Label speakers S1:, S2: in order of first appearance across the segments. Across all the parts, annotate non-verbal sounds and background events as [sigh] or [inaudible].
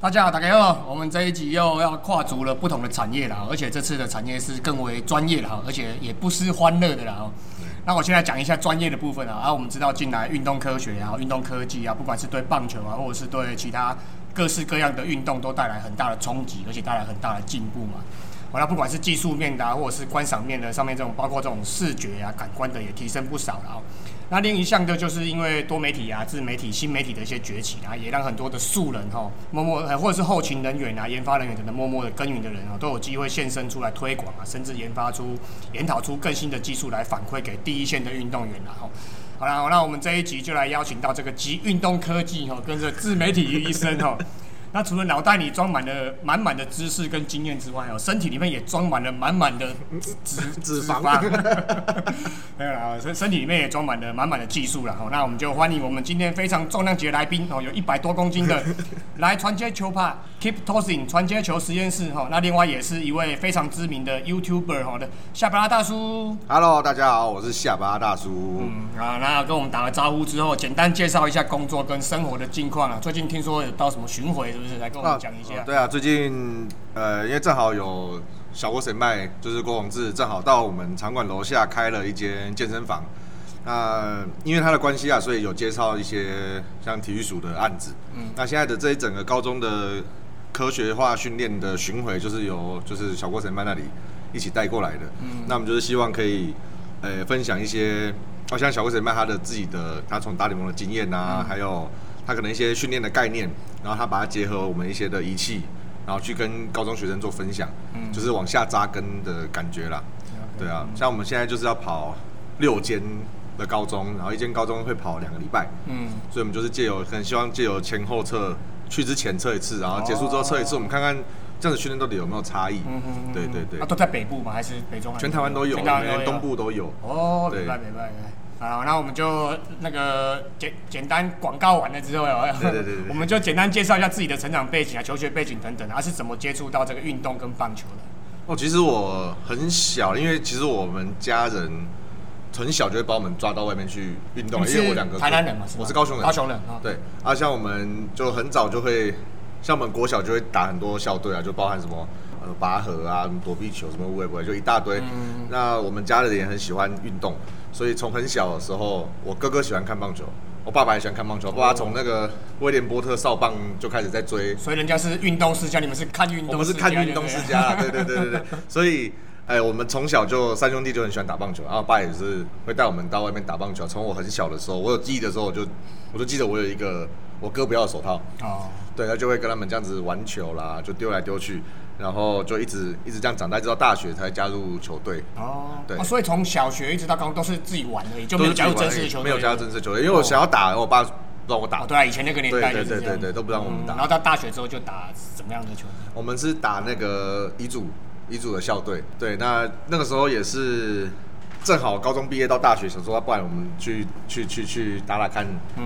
S1: 大家好，大家好，我们这一集又要跨足了不同的产业啦，而且这次的产业是更为专业的哈，而且也不失欢乐的啦哦。那我现在讲一下专业的部分啊，啊，我们知道近来运动科学也好，运动科技啊，不管是对棒球啊，或者是对其他各式各样的运动，都带来很大的冲击，而且带来很大的进步嘛。好那不管是技术面的、啊，或者是观赏面的，上面这种包括这种视觉啊、感官的也提升不少了哦。那另一项的就是因为多媒体啊、自媒体、新媒体的一些崛起啊，也让很多的素人哈、哦，默默呃或者是后勤人员啊、研发人员等等默默的耕耘的人啊，都有机会现身出来推广啊，甚至研发出、研讨出更新的技术来反馈给第一线的运动员啊。哦好啦，那我们这一集就来邀请到这个集运动科技哈、哦，跟着自媒体于一身哈、哦。那除了脑袋里装满了满满的知识跟经验之外哦，身体里面也装满了满满的脂
S2: 脂肪
S1: [laughs] 没有啦，身身体里面也装满了满满的技术了。哦，那我们就欢迎我们今天非常重量级的来宾哦，有一百多公斤
S2: [laughs]
S1: 的来传接球吧 Keep Tossing 传接球实验室哈、哦。那另外也是一位非常知名的 YouTuber 哈、哦、的下巴拉大叔。
S2: Hello，大家好，我是下巴大叔。
S1: 嗯，啊，那跟我们打了招呼之后，简单介绍一下工作跟生活的近况啊。最近听说有到什么巡回，是不是？来跟我们讲一下。
S2: 对啊，最近呃，因为正好有小郭神麦，就是郭宏志，正好到我们场馆楼下开了一间健身房。那因为他的关系啊，所以有介绍一些像体育署的案子。嗯，那现在的这一整个高中的科学化训练的巡回，就是由就是小郭神麦那里一起带过来的。嗯，那我们就是希望可以呃分享一些，好、像小郭神麦他的自己的他从打联盟的经验啊，
S1: 嗯
S2: 还有他可能一些训练的概念，然后他把它结合我们一些的仪器，然后去跟高中学生做分享，
S1: 嗯
S2: 就是往下扎根的感觉啦。对啊，像我们现在就是要跑六间的高中，然后一间高中会跑两个礼拜，
S1: 嗯，
S2: 所以我们就是借由，很希望借由前后测，去之前测一次，然后结束之后测一
S1: 哦
S2: 次，我们看看这样的训练到底有没有差异。对对对
S1: 啊，，都在北部吗？还是北中？
S2: 全台湾都有，
S1: 全台湾都有。啊
S2: 连东部都有。
S1: 哦，明
S2: 对
S1: 白明白明白。好，那我们就那个简简单广告完了之后，
S2: 对对对对
S1: [laughs] 我们就简单介绍一下自己的成长背景啊、求学背景等等啊，是怎么接触到这个运动跟棒球的？
S2: 哦，其实我很小，因为其实我们家人很小就会把我们抓到外面去运动，啊
S1: 你
S2: 因为
S1: 是
S2: 我两个哥
S1: 台南人嘛？是吧
S2: 我是高雄人，
S1: 高雄人啊。
S2: 对，啊，像我们就很早就会，像我们国小就会打很多校队啊，就包含什么呃拔河啊、躲避球什么会不会，就一大堆。
S1: 嗯
S2: 那我们家里人也很喜欢运动，所以从很小的时候，我哥哥喜欢看棒球，我爸爸也喜欢看棒球，我爸爸从那个威廉波特少棒就开始在追，
S1: 所以人家是运动世家，你们是看运动世家，
S2: 我们是看运动
S1: 对
S2: 世
S1: 不对
S2: 家 [laughs] 啦，对对对对对，所以。哎，我们从小就三兄弟就很喜欢打棒球，然后我爸也是会带我们到外面打棒球。从我很小的时候，我有记忆的时候，我就我就记得我有一个我哥不要的手套，
S1: 哦。
S2: 对，他就会跟他们这样子玩球啦，就丢来丢去，然后就一直一直这样长大，一直到大学才加入球队。
S1: 哦，
S2: 对
S1: 哦所以从小学一直到高中都是自己玩而已，就
S2: 都
S1: 没有
S2: 是
S1: 加入
S2: 自己玩
S1: 正式
S2: 而
S1: 的
S2: 已
S1: 球队，
S2: 没有加入正式球队，因为我想要打，我爸不让我打
S1: 哦，。对啊，以前那个年代就是
S2: 对对
S1: 这样嗯
S2: 对对对都不让我们打
S1: 然后到大学之后就打什么样的球队？
S2: 我们是打那个乙组乙组的校队，对，那那个时候也是正好高中毕业到大学，想说，啊不然我们去去去去打打看，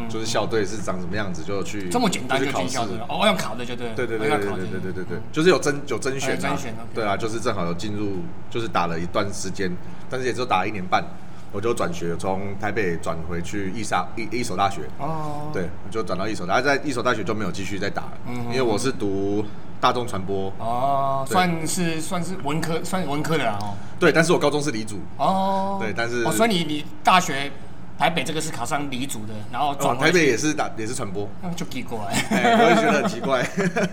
S2: 就是校队是长什么样子，就去
S1: 嗯这么简单
S2: 就
S1: 就
S2: 去考
S1: 进
S2: 试
S1: 校队了？哦，要考的就对了，
S2: 对对
S1: 哦
S2: 对
S1: 要
S2: 对对
S1: 考的
S2: 对对
S1: 就
S2: 对对对
S1: 嗯，
S2: 就是有甄有甄选
S1: 有
S2: 啊，
S1: 甄选，OK
S2: 对啊，就是正好有进入，就是打了一段时间，但是也就打了一年半，我就转学从台北转回去义沙一一所大学，
S1: 哦，
S2: 对，我就转到一所，然后在一所大学就没有继续再打了，
S1: 嗯
S2: 因为我是读大众传播，
S1: 哦，
S2: 对
S1: 算是算是文科，算文科的啦哦。
S2: 对，但是我高中是理组，
S1: 哦，
S2: 对但是
S1: 哦，所以你你大学台北这个是考上理组的，然后
S2: 哦
S1: 转、回
S2: 台
S1: 去
S2: 北也是打也是传
S1: [laughs]
S2: 播，
S1: 那就寄过来。 [laughs]
S2: 哎，我也觉得很奇怪， [laughs]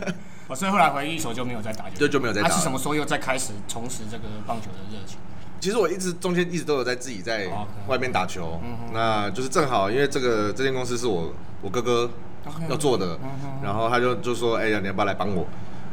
S1: 我所以后来回一所就没有再打球，
S2: 就就没有再打
S1: 他
S2: 了
S1: 是什么时候又再开始重拾这个棒球的热情？
S2: 其实我一直中间一直都有在自己在
S1: 哦 OK 嗯
S2: 外面打球，那就是正好因为这个这间公司是我我哥哥
S1: OK 嗯
S2: 要做的，然后他就就说，哎呀，你要不要来帮我？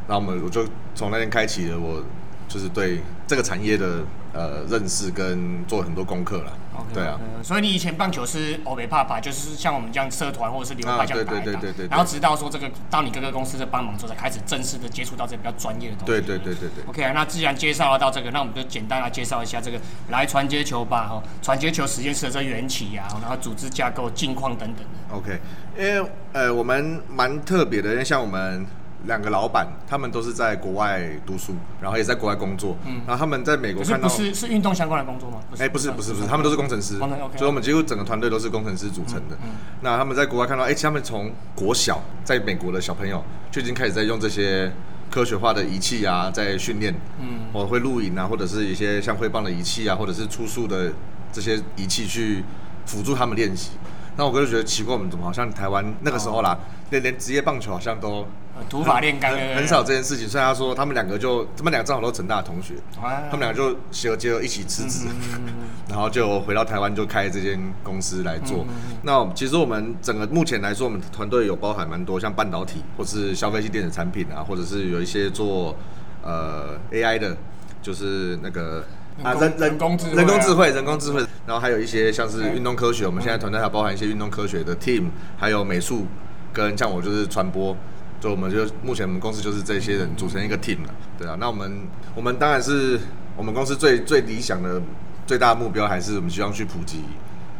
S2: 然后我们我就从那天开启了我就是对这个产业的呃认识跟做很多功课了
S1: OK，
S2: 对啊，
S1: OK，所以你以前棒球是欧北怕怕，就是像我们这样社团或者是流派
S2: 啊
S1: 这样打一打，
S2: 对对对对对对
S1: 然后直到说这个到你各个公司的帮忙之后，才开始正式的接触到这比较专业的东西。
S2: 对对对对对。
S1: OK 啊，那既然介绍了到这个，那我们就简单来介绍一下这个来传接球吧，哦，传接球实验室的这缘起啊，然后组织架构、近况等等的。
S2: OK，因为呃，我们蛮特别的，因为像我们两个老板，他们都是在国外读书，然后也在国外工作，
S1: 嗯
S2: 然后他们在美国
S1: 可是
S2: 看到
S1: 不，是是运动相关的工作吗？呃
S2: 哎、不是不是不是，他们都是工程师，
S1: 啊工程，OK 哦
S2: 所以我们几乎整个团队都是工程师组成的。
S1: 嗯嗯
S2: 那他们在国外看到，哎、他们从国小在美国的小朋友就已经开始在用这些科学化的仪器啊，在训练，
S1: 嗯
S2: 我会录影啊，或者是一些像挥棒的仪器啊，或者是出速的这些仪器去辅助他们练习。那我哥就觉得奇怪，我们怎么好像台湾那个时
S1: 哦
S2: 候啦，连连职业棒球好像都
S1: 呃土法炼钢，对
S2: 很
S1: 对
S2: 很少这件事情。所以他说他们两个就他们两个正好都成大的同学，
S1: 啊
S2: 他们两个就结合结合一起辞职，
S1: 嗯
S2: [laughs] 然后就回到台湾就开这间公司来做。
S1: 嗯
S2: 那其实我们整个目前来说，我们团队有包含蛮多像半导体或是消费性电子产品啊，或者是有一些做呃 AI 的，就是那个。啊，
S1: 人
S2: 人
S1: 工
S2: 人
S1: 人工智慧啊
S2: 人工智慧，人工智慧，然后还有一些像是运动科学，我们现在团队还包含一些运动科学的 team，还有美术跟像我就是传播，就我们就目前我们公司就是这些人组成一个 team 了，对啊，那我们我们当然是我们公司最最理想的最大的目标还是我们希望去普及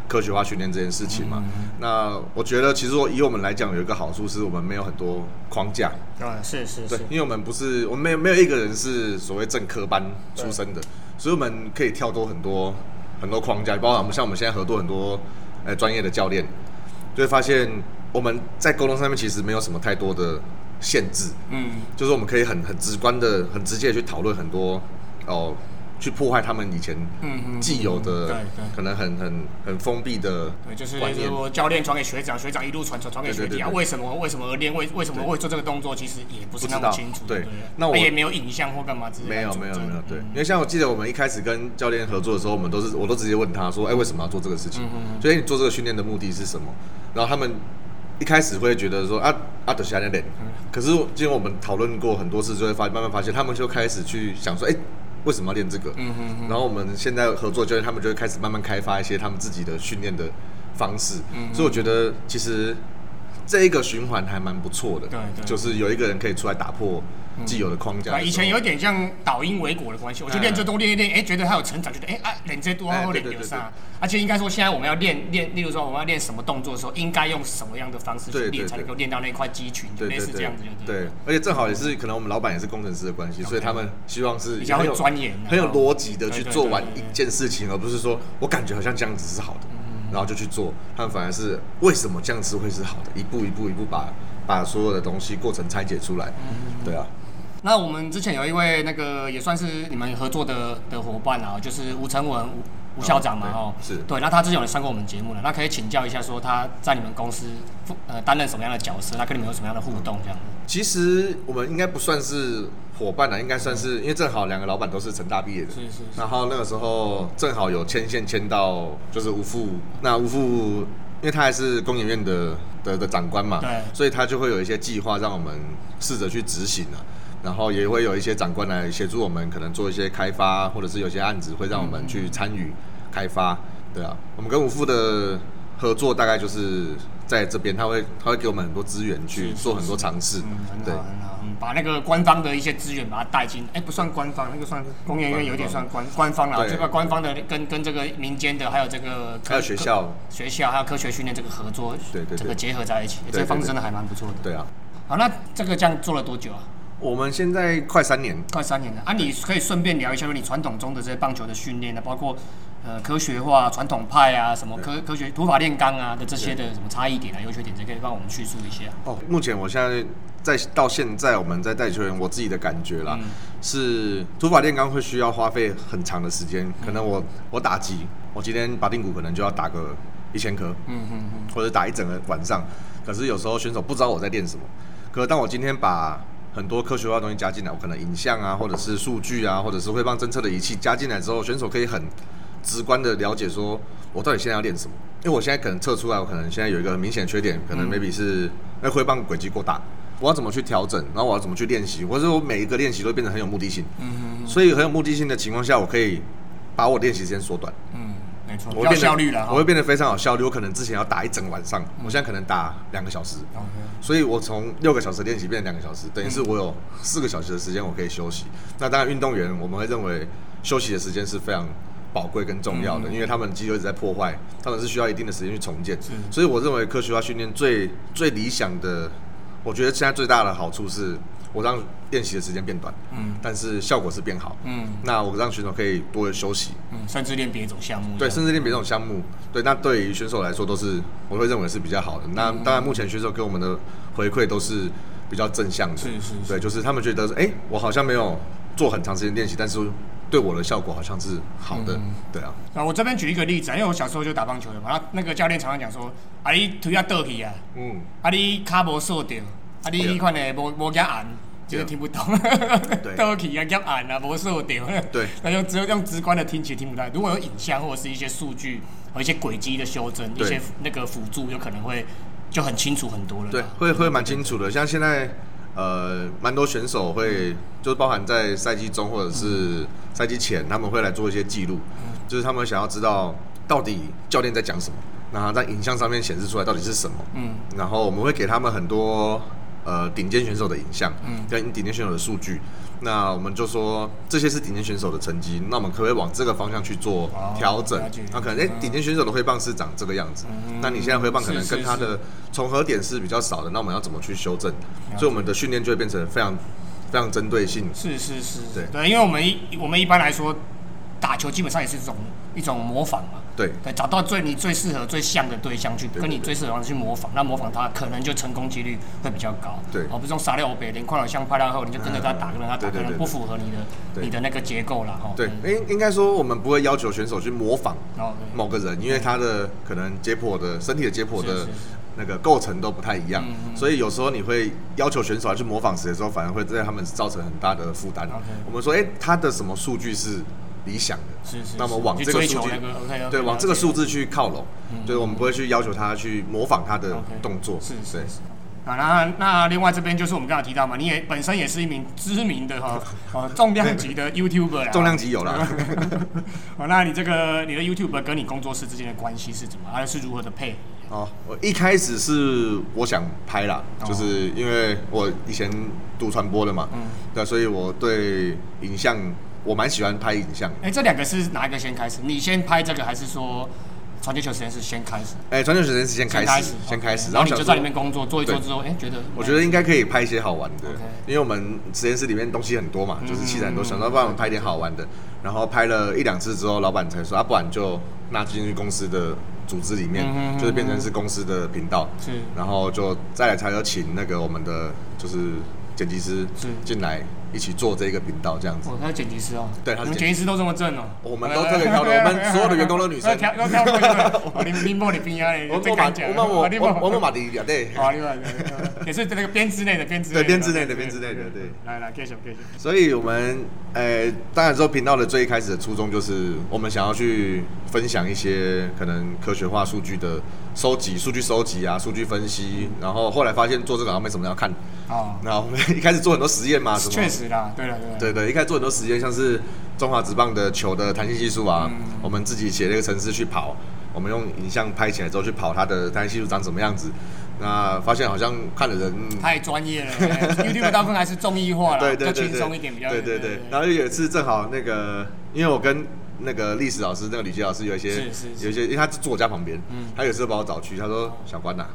S2: 科学化训练这件事情嘛。那我觉得其实说以我们来讲有一个好处是我们没有很多框架，
S1: 嗯是是
S2: 对
S1: 是，，
S2: 因为我们不是，我们没有没有一个人是所谓正科班出身的，所以我们可以跳脱很多很多框架，包括我们像我们现在合作很多呃专业的教练，就会发现我们在沟通上面其实没有什么太多的限制，
S1: 嗯
S2: 就是我们可以很很直观的、很直接的去讨论很多哦，去破坏他们以前
S1: 嗯嗯
S2: 既有的、
S1: 对对
S2: 可能很很很封闭的
S1: 对，就是
S2: 观
S1: 就是
S2: 念。
S1: 我教练传给学长，学长一路传传传给学
S2: 对对
S1: 弟啊，
S2: 对对
S1: 为什么为什么而练，为为什么
S2: 对
S1: 会做这个动作，其实也不是
S2: 不知
S1: 那么
S2: 道
S1: 清楚，
S2: 对
S1: 对，
S2: 那我
S1: 他也没有影像或干嘛之类的
S2: 没有
S1: 佐
S2: 没有
S1: 证
S2: 没有，对，因
S1: 嗯
S2: 为像我记得我们一开始跟教练合作的时候，我们都是我都直接问他说，哎、为什么要做这个事情？所以你做这个训练的目的是什么？然后他们一开始会觉得说啊啊，等下那点，可是经过我们讨论过很多次，就会发慢慢发现，他们就开始去想说，哎、为什么要练这个？
S1: 嗯哼
S2: 然后我们现在合作教练，他们就会开始慢慢开发一些他们自己的训练的方式。所以我觉得其实这一个循环还蛮不错的，
S1: 对对
S2: 就是有一个人可以出来打破既有的框架的时候、
S1: 啊，以前有点像导因为果的关系，我就练这多练一练，哎、觉得他有成长，觉得哎、啊，练这多
S2: 哎
S1: 后
S2: 对
S1: 练
S2: 对
S1: 流
S2: 对
S1: 沙，而啊且应该说现在我们要练练，例如说我们要练什么动作的时候，应该用什么样的方式
S2: 对
S1: 去
S2: 对
S1: 练，
S2: 对
S1: 才能够练到那块肌群，就
S2: 对
S1: 类
S2: 对
S1: 似这
S2: 对
S1: 样子就
S2: 对
S1: 了，
S2: 而且正好也是可能我们老板也是工程师的关系，所以他们希望是
S1: 比较会
S2: 很有
S1: 钻研然后
S2: 很有逻辑的
S1: 哦对
S2: 去
S1: 对
S2: 做
S1: 对
S2: 完
S1: 对嗯
S2: 一件事情，而不是说我感觉好像这样子是好的，然后就去做。他们反而是为什么这样子会是好的，一步一步一步把把所有的东西过程拆解出来。
S1: 嗯
S2: 对啊，
S1: 那我们之前有一位那个也算是你们合作的的伙伴啊，就是吴成文吴吴校长嘛，哦
S2: 哦，对是
S1: 对，那他之前有上过我们节目了，那可以请教一下，说他在你们公司呃担任什么样的角色，那跟你们有什么样的互动这样子？
S2: 其实我们应该不算是伙伴了，应该算是因为正好两个老板都是成大毕业的，
S1: 是是是
S2: 然后那个时候正好有牵线牵到就是吴富，那吴富因为他还是工研院的的的长官嘛，
S1: 对
S2: 所以他就会有一些计划让我们试着去执行啊。然后也会有一些长官来协助我们，可能做一些开发，或者是有些案子会让我们去参与开发，对啊。我们跟吴富的合作大概就是在这边，他会他会给我们很多资源去做很多尝试，
S1: 嗯，很
S2: 对
S1: 好，很好，嗯把那个官方的一些资源把它带进，哎、不算官方，那个算工研院有点算官官方啦，
S2: 对
S1: 这个官方的跟跟这个民间的，还有这个科
S2: 还有学校
S1: 科学校，还有科学训练这个合作，
S2: 对对对
S1: 这个结合在一起，
S2: 对
S1: 这个方式
S2: 对对
S1: 真的还蛮不错的。
S2: 对啊。
S1: 好，那这个这样做了多久啊？
S2: 我们现在快三年，
S1: 快三年了啊！你可以顺便聊一下，说你传统中的这些棒球的训练呢，啊包括呃科学化、传统派啊，什么科科学土法炼钢啊的这些的什么差异点啊、优缺点，这可以帮我们叙述一下。
S2: 哦，目前我现在在到现在我们在带球员，我自己的感觉啦，是土法炼钢会需要花费很长的时间，可能我我打击，我今天拔腚骨可能就要打个一千颗，
S1: 嗯嗯嗯，
S2: 或者打一整个晚上。可是有时候选手不知道我在练什么。可是当我今天把很多科学化的东西加进来，我可能影像啊，或者是数据啊，或者是会帮侦测的仪器加进来之后，选手可以很直观的了解说，我到底现在要练什么。因为我现在可能测出来，我可能现在有一个很明显的缺点，可能 maybe 是那挥棒轨迹过大，我要怎么去调整，然后我要怎么去练习，或者说我每一个练习都变得很有目的性。所以很有目的性的情况下，我可以把我练习时间缩短。
S1: 嗯，没错，
S2: 我
S1: 比
S2: 会
S1: 较
S2: 变得
S1: 效率了哈。
S2: 我会变得非常有效率。我可能之前要打一整晚上，我现在可能打两个小时，
S1: OK
S2: 所以我从六个小时练习变成两个小时，等于
S1: 嗯
S2: 是我有四个小时的时间我可以休息。那当然，运动员我们会认为休息的时间是非常宝贵跟重要的，
S1: 嗯
S2: 因为他们肌肉一直在破坏，他们是需要一定的时间去重建。所以我认为科学化训练最最理想的我觉得现在最大的好处是我让练习的时间变短，
S1: 嗯
S2: 但是效果是变好。
S1: 嗯
S2: 那我让选手可以多的休息，
S1: 嗯，甚至练别种项目这
S2: 对，
S1: 样。
S2: 甚至练别种项目，对，那对于选手来说都是我会认为是比较好的。那
S1: 嗯
S2: 当然，目前选手给我们的回馈都是比较正向的，
S1: 是是是
S2: 对，就是他们觉得是，哎、我好像没有做很长时间练习，但是对我的效果好像是好的，对啊，
S1: 啊，我这边举一个例子啊，因为我小时候就打棒球的嘛，然后那个教练常常讲说，啊你腿要倒去啊，
S2: 嗯，
S1: 啊你骹无锁着，啊你
S2: 对啊
S1: 迄款的无无夹按，就是听不
S2: [laughs]
S1: 懂，倒去啊夹按啊无锁着，
S2: 对，
S1: [laughs] 那就只有用直观的听，其实听不到。如果有影像或者是一些数据和一些轨迹的修正，一
S2: 对
S1: 些那个辅助，有可能会就很清楚很多了。
S2: 对，会会蛮清楚的。像现在，呃，蛮多选手会，就是包含在赛季中或者
S1: 嗯
S2: 是赛季前，他们会来做一些记录，就是他们想要知道到底教练在讲什么，那他在影像上面显示出来到底是什么。
S1: 嗯，
S2: 然后我们会给他们很多呃顶尖选手的影像，
S1: 嗯
S2: 跟顶尖选手的数据。那我们就说这些是顶尖选手的成绩，那我们可不可以往这个方向去做
S1: 哦
S2: 调整
S1: 了解？嗯
S2: 那、可能哎，诶顶尖选手的挥棒是长这个样子，那你现在挥棒可能
S1: 是
S2: 跟
S1: 是
S2: 他
S1: 是
S2: 的重合点是比较少的，那我们要怎么去修正？所以我们的训练就会变成非常非常针对性。
S1: 是是是，
S2: 对
S1: 因为我们一我们一般来说打球基本上也是一种一种模仿嘛。
S2: 对
S1: 对，找到最你最适合、最像的对象去
S2: 对
S1: 跟你最适合的去模仿，那模仿他可能就成功几率会比较高。
S2: 对
S1: 而不是用傻料欧北连快乐像拍到后，你就跟着他打，
S2: 嗯
S1: 跟着他打，
S2: 对对
S1: 可能
S2: 对
S1: 不符合你的
S2: 对
S1: 你的那个结构啦。哈。
S2: 对，
S1: 嗯
S2: 应应该说我们不会要求选手去模仿
S1: 然后嗯
S2: 某个人，因为他的可能解剖的身体的解剖
S1: 是是嗯
S2: 的
S1: 是
S2: 那个构成都不太一样，所以有时候你会要求选手来去模仿谁的时候，反而会对他们造成很大的负担
S1: OK。
S2: 我们说，哎、他的什么数据是理想的？
S1: 是是是
S2: 那么往
S1: 去
S2: 这个
S1: 追
S2: 数
S1: 求
S2: 据，
S1: 那个 OK，OK，
S2: 对，往
S1: 了
S2: 这个
S1: 解嗯
S2: 数字去靠拢，就是我们不会去要求他去模仿他的
S1: OK，
S2: 动作。
S1: 是是
S2: 对
S1: 是。啊，那那另外这边就是我们刚才提到嘛，你也本身也是一名知名的哈哦重量级的 YouTuber 啦。
S2: 重量级有啦。
S1: [laughs] 哦，那你这个你的 YouTube 跟你工作室之间的关系是怎么？啊，是如何的配合？
S2: 哦，我一开始是我想拍啦，
S1: 哦
S2: 就是因为我以前读传播的嘛，
S1: 嗯
S2: 对，所以我对影像我蛮喜欢拍影像的。
S1: 哎、这两个是哪一个先开始？你先拍这个，还是说传接球实验室先开始？
S2: 哎，传球时间是先开始，先开始，
S1: 哦然后你
S2: 想
S1: 就
S2: 说
S1: 在里面工作，做一做
S2: 对
S1: 之后，哎、觉得
S2: 我觉得应该可以拍一些好玩的
S1: OK，
S2: 因为我们实验室里面东西很多嘛，就是器材很多，
S1: 嗯
S2: 想到帮我们拍点好玩的。然后拍了一两次之后，老板才说啊，不然就纳进去公司的组织里面
S1: 嗯嗯嗯，嗯
S2: 就是变成是公司的频道。
S1: 是
S2: 然后就再来才有请那个我们的就是剪辑师
S1: 是
S2: 进来一起做这个频道这样子。
S1: 我他是剪辑师哦，
S2: 对他是
S1: 你们
S2: 剪
S1: 剪辑师都这么正哦，
S2: 我们都特别挑的我们所有的员工
S1: [laughs]
S2: 都女生
S1: 挑都挑过去了，哦你们林默你边啊，
S2: 我
S1: 你
S2: 我
S1: 最
S2: 马
S1: 敢讲，
S2: 我我
S1: 你哦
S2: 我我马迪亚对。
S1: 好，另外一个也是那个编制内的编制内的，
S2: 对编制内的编制内的对
S1: 来来，继续继续，
S2: 所以我们呃，当然说频道的最一开始的初衷就是，我们想要去分享一些可能科学化数据的收集、数据收集啊、数据分析，然后后来发现做这个好像没什么人要看，
S1: 哦，
S2: 然后我们一开始做很多实验嘛，什么
S1: 确实啦，对了对了，
S2: 对对，一开始做很多实验，像是中华职棒的球的弹性系数啊，我们自己写了一个程式去跑，我们用影像拍起来之后去跑它的弹性系数长什么样子，那发现好像看的人。嗯
S1: 太专业了哎，YouTube 大部分还是综艺化啦，
S2: 对对
S1: 就
S2: 对
S1: 轻
S2: 对，
S1: 松一点比较，
S2: 对对对。然后有一次正好那个，因为我跟那个历史老师、那个李杰老师有一些
S1: 是是是
S2: 有一些，因为他住我家旁边，他有时候把我找去，他说：“小关呐、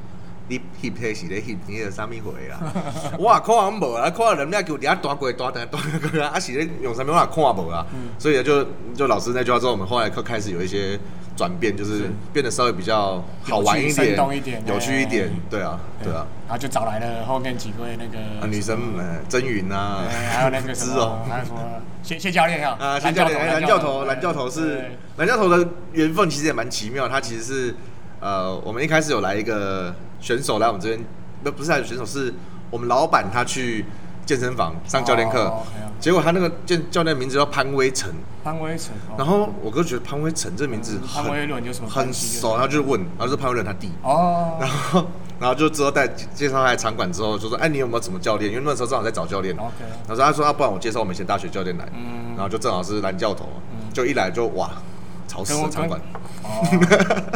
S2: 你 hip 黑是咧 hip 你的啥物回啊？我看人无啊，看人家叫底下大过大单大过啊，啊是咧用啥物我也看无啊。所以就就老师那句话之后，我们后来开开始有一些转变，就是变得稍微比较好玩一
S1: 有趣生动
S2: 点，
S1: 一点
S2: 有趣一点
S1: 哎，
S2: 对啊，对啊。
S1: 然后就找来了后面几位那
S2: 啊，
S1: 个
S2: 女生，呃，真云啊
S1: 哎，还有那个
S2: [laughs]
S1: 什
S2: 知
S1: 么
S2: 哦，，
S1: 还有什么谢谢教练啊，
S2: 啊，蓝教练，蓝教头，
S1: 对
S2: 蓝教头是
S1: 对
S2: 蓝教头的缘分其实也蛮奇妙，他其实是呃，我们一开始有来一个选手来我们这边，不不是来选手，是我们老板他去健身房上教练课
S1: 哦，OK，OK，
S2: 结果他那个健教练名字叫潘威成，
S1: 潘威成，哦
S2: 然后我哥觉得潘威成这名字
S1: 嗯
S2: 很
S1: 潘威伦有什么
S2: 很
S1: 关系
S2: 熟，然后就问，然后是潘威伦他弟， [laughs]
S1: 哦
S2: 然后然后就之后带介绍他来场馆之后，就说哎你有没有什么教练？因为那时候正好在找教练。
S1: ，OK，
S2: 然后他说啊，不然我介绍我们以前大学教练来，
S1: 嗯
S2: 然后就正好是蓝教头，就一来就哇，吵死
S1: 跟我
S2: 了场馆， [laughs]
S1: 哦，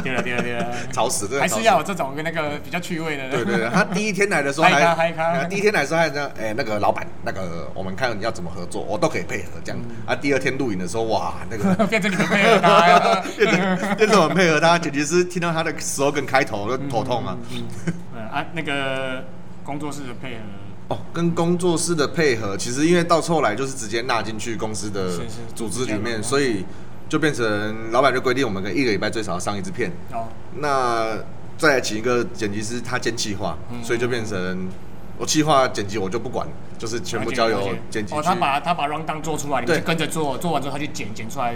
S1: 对了对了对了，
S2: 吵死，真的
S1: 还
S2: 吵
S1: 是
S2: 死
S1: 要有这种跟那个比较趣味的，
S2: 对对对，他第一天来的时候
S1: 嗨咖嗨
S2: 还，
S1: 咖
S2: 他第一天来的时候还这样，哎，那个老板，那个我们看你要怎么合作，我都可以配合
S1: 嗯
S2: 这样。啊，第二天录影的时候，哇，
S1: [laughs]
S2: 那个
S1: [laughs]
S2: [laughs]
S1: 变成你们配合他呀，
S2: 变得变得很配
S1: 嗯
S2: 合他，简直是听到他的时候跟开头就头痛啊。
S1: 嗯啊，那个。工作室的配合，
S2: 哦，跟工作室的配合，其实因为到后来就是直接纳进去公司的
S1: 是是
S2: 组织里面，
S1: 嗯
S2: 所以就变成老板就规定我们可能一个礼拜最少要上一支片，
S1: 哦，
S2: 那再来请一个剪辑师，他兼企划，
S1: 嗯
S2: 所以就变成我企划剪辑我就不管，就是全部
S1: 了解
S2: 交
S1: 了
S2: 由
S1: 解
S2: 剪辑
S1: 哦，
S2: 去。
S1: 他把他把 round down 做出来，你们
S2: 对
S1: 去跟着做，做完之后他去剪剪出来。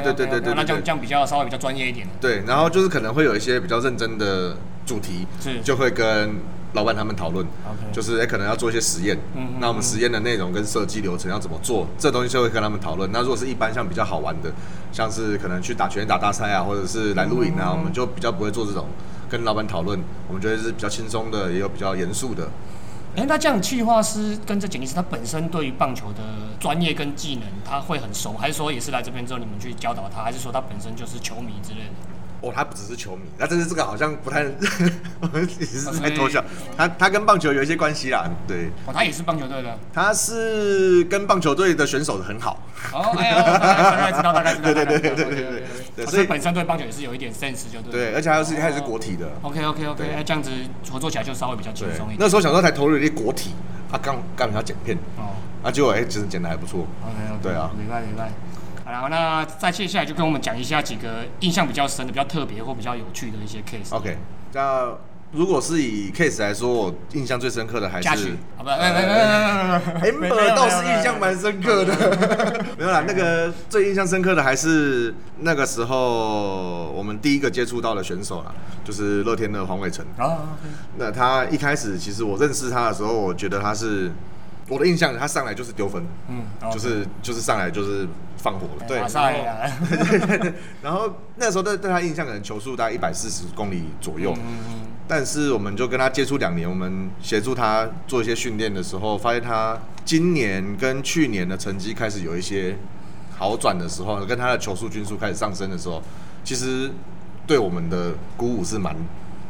S1: OK，
S2: 对对
S1: OK，
S2: 对
S1: OK，
S2: 对
S1: 那这
S2: 对
S1: 样
S2: 对
S1: 这样比较稍微比较专业一点。
S2: 对，然后就是可能会有一些比较认真的主题，
S1: 是
S2: 就会跟老板他们讨论
S1: OK
S2: 就是哎、诶可能要做一些实验，
S1: 嗯嗯
S2: 那我们实验的内容跟设计流程要怎么做，这东西就会跟他们讨论。那如果是一般像比较好玩的，像是可能去打拳打大赛啊，或者是来露营
S1: 嗯
S2: 啊，我们就比较不会做这种跟老板讨论，我们觉得是比较轻松的，也有比较严肃的。
S1: 哎、那这样企划师跟这剪辑师，他本身对于棒球的专业跟技能，他会很熟，还是说也是来这边之后你们去教导他，还是说他本身就是球迷之类的？
S2: 哦，他不只是球迷，那但是这个好像不太， [laughs] 我们只是
S1: 哦
S2: 在
S1: 所以
S2: 偷笑。他他跟棒球有一些关系啦，对，
S1: 哦，他也是棒球队的。
S2: 他是跟棒球队的选手很好，
S1: 哦，哎、哦，大概知道，大概知道，大概知道。对对对对
S2: 对所
S1: 所
S2: 以
S1: 以本身对棒球也是有一点 sense 就对。
S2: 对，哦而且他是他也是国体的，
S1: OK OK OK，哎、这样子合作起来就稍微比较轻
S2: 对
S1: 松一，点。
S2: 那时候想说才投入一国体，啊，刚刚要剪片，
S1: 哦
S2: 啊，结果哎，其实剪的还不错，
S1: ，OK OK，
S2: 对啊
S1: 明白明白。好啦，那再接下来就跟我们讲一下几个印象比较深的、比较特别或比较有趣的一些 case。
S2: OK，那如果是以 case 来说，我印象最深刻的还
S1: 嘉许
S2: 是，呃
S1: 啊不，没没没没没
S2: amber 倒是印象蛮深刻的。 [laughs] 没有啦，那个最印象深刻的还是那个时候我们第一个接触到的选手啦，就是乐天的黄伟成。
S1: 啊，
S2: 那他一开始其实我认识他的时候，我觉得他是我的印象，他上来就是丢分，
S1: 嗯，
S2: 就是就是上来就是放火了，对，
S1: 马
S2: 然
S1: 赛
S2: 后
S1: 啊，
S2: [laughs] 然后那时候对对他印象可能球速大概一百四十公里左右，
S1: 嗯，
S2: 但是我们就跟他接触两年，我们协助他做一些训练的时候，发现他今年跟去年的成绩开始有一些好转的时候，跟他的球速均速开始上升的时候，其实对我们的鼓舞是蛮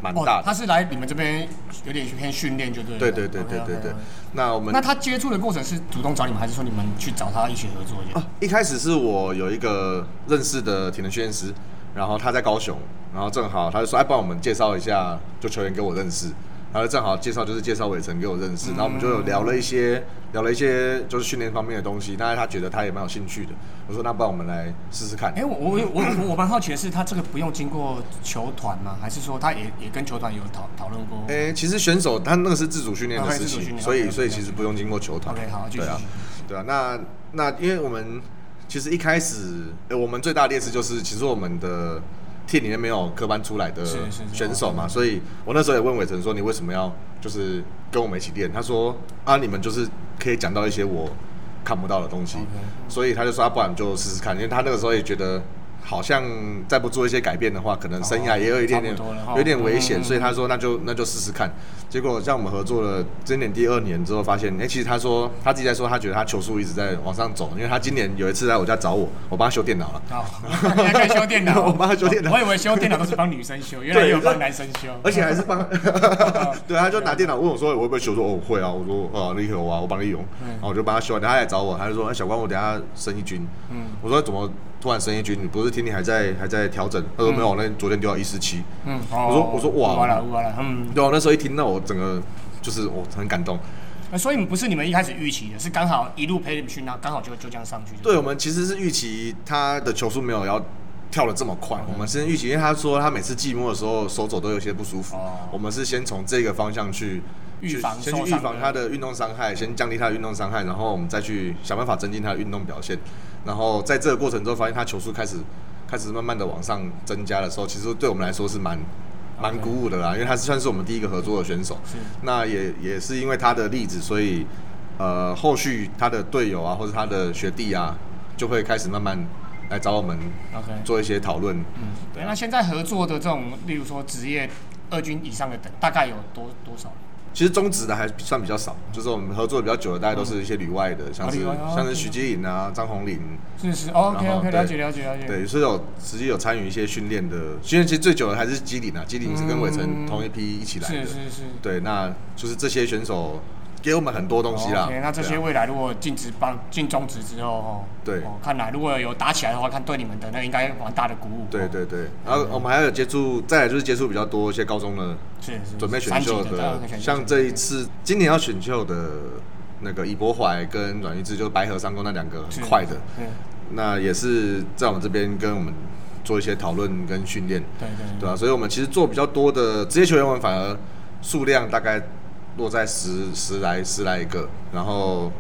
S2: 蛮大
S1: 哦，
S2: 的。
S1: 他是来你们这边有点偏训练就对了。
S2: 对对对对对对
S1: OK，OK，OK。
S2: 那我们
S1: 那他接触的过程是主动找你们，还是说你们去找他一起合作？
S2: 啊，一开始是我有一个认识的体能训练师，然后他在高雄，然后正好他就说，哎，帮我们介绍一下，就球员给我认识，然后正好介绍就是介绍伟成给我认识，然后我们就有聊了一些聊了一些就是训练方面的东西，但是他觉得他也蛮有兴趣的，我说那不然我们来试试看
S1: 哎、。我我有我我我蛮好奇的是，他这个不用经过球团
S2: [laughs]
S1: 吗？还是说他也也跟球团有讨讨论过、
S2: 哎、其实选手他那个是自主训练的
S1: 哦
S2: 事
S1: 自主训
S2: 情，
S1: 练
S2: 所以
S1: OK，
S2: 所以
S1: 了解
S2: 其实不用经过球团。
S1: o k 好，继续。
S2: 对啊
S1: 继续，
S2: 对啊，那那因为我们其实一开始，呃我们最大的劣势就是，其实我们的 team 里面没有科班出来的
S1: 是是是
S2: 选手嘛，所以我那时候也问伟成说，你为什么要就是跟我们一起练？他说啊，你们就是可以讲到一些我看不到的东西
S1: OK
S2: 所以他就说，啊、不然就试试看，因为他那个时候也觉得。好像再不做一些改变的话，可能生涯也有一点点
S1: 哦差不多了，哈
S2: 有点危险，
S1: 嗯
S2: 所以他说那就那就试试看。结果像我们合作了今年第二年之后，发现哎、诶其实他说他自己在说，他觉得他球速一直在往上走，因为他今年有一次来我家找我，我帮他修电脑了。 [laughs]
S1: 好，你还可以修电脑，
S2: 我帮他修电脑
S1: 我以为修电脑都是帮女生修，原来也有帮男生修。
S2: 而且还是
S1: [laughs]
S2: 帮，对，他就拿电脑问我说：“我会不会修？”我说：“哦，我会啊。”我说：“哦，你有啊，我帮你用。”
S1: 嗯
S2: 然后我就帮他修完，然后他来找我，他就说：“哎，小关，我等一下升一军。”
S1: 嗯
S2: 我说：“怎么突然升一军？你不是天天还在还在调整？”他说：“没有，那昨天丢到一四七。”
S1: 嗯，
S2: 我说我说哇
S1: 完了完了，嗯，
S2: 对，我那时候一听到，我整个就是我很感动。
S1: 呃所以不是你们一开始预期的，是刚好一路陪你们去，那刚好就就这样上去。
S2: 对，我们其实是预期他的球速没有要跳的这么
S1: 嗯
S2: 快，我们先预期，因为他说他每次寂寞的时候手肘都有些不舒服
S1: 哦，
S2: 我们是先从这个方向去
S1: 预
S2: 去
S1: 防
S2: 先
S1: 受
S2: 去预
S1: 伤
S2: 防
S1: 的
S2: 他的运动伤害，先降低他的运动伤害，然后我们再去想办法增进他的运动表现。然后在这个过程中，发现他球速开始开始慢慢的往上增加的时候，其实对我们来说是蛮蛮鼓舞的啦，因为他是算是我们第一个合作的选手。
S1: 是
S2: 那也也是因为他的例子，所以呃，后续他的队友啊，或者他的学弟啊，就会开始慢慢来找我们
S1: OK。
S2: 做一啊些讨论。
S1: 嗯，对。那现在合作的这种，例如说职业二军以上的等，大概有多多少人？
S2: 其实中职的还算比较少，就是我们合作比较久的，大概都是一些旅外的，像是
S1: 旅外哦
S2: 像是
S1: ，OK
S2: 徐基颖啊、张宏林，
S1: 是是，OK 哦
S2: 然后
S1: OK，
S2: 对
S1: 了解了解了解。
S2: 对，是有实际有参与一些训练的。训练其实最久的还是基岭啊，基岭是跟
S1: 嗯
S2: 伟成同一批一起来的。
S1: 是是是。
S2: 对，那就是这些选手给我们很多东西啦。
S1: 哦 OK，那这些
S2: 对啊
S1: 未来如果进职棒、进中职之后，哦，
S2: 对
S1: 哦，看来如果有打起来的话，看对你们的那应该蛮大的鼓舞。
S2: 对
S1: 哦，
S2: 对对，然后我们还有接触，再来就是接触比较多一些高中的
S1: 是是
S2: 准备选秀
S1: 三级的
S2: 的
S1: 对，
S2: 像这一次今年要选秀的那个以博怀跟阮玉志，就是白河三公那两个很快的，
S1: 对
S2: 那也是在我们这边跟我们做一些讨论跟训练，
S1: 对对
S2: 对啊，所以我们其实做比较多的职业球员，我们反而数量大概落在十十来十来一个，然后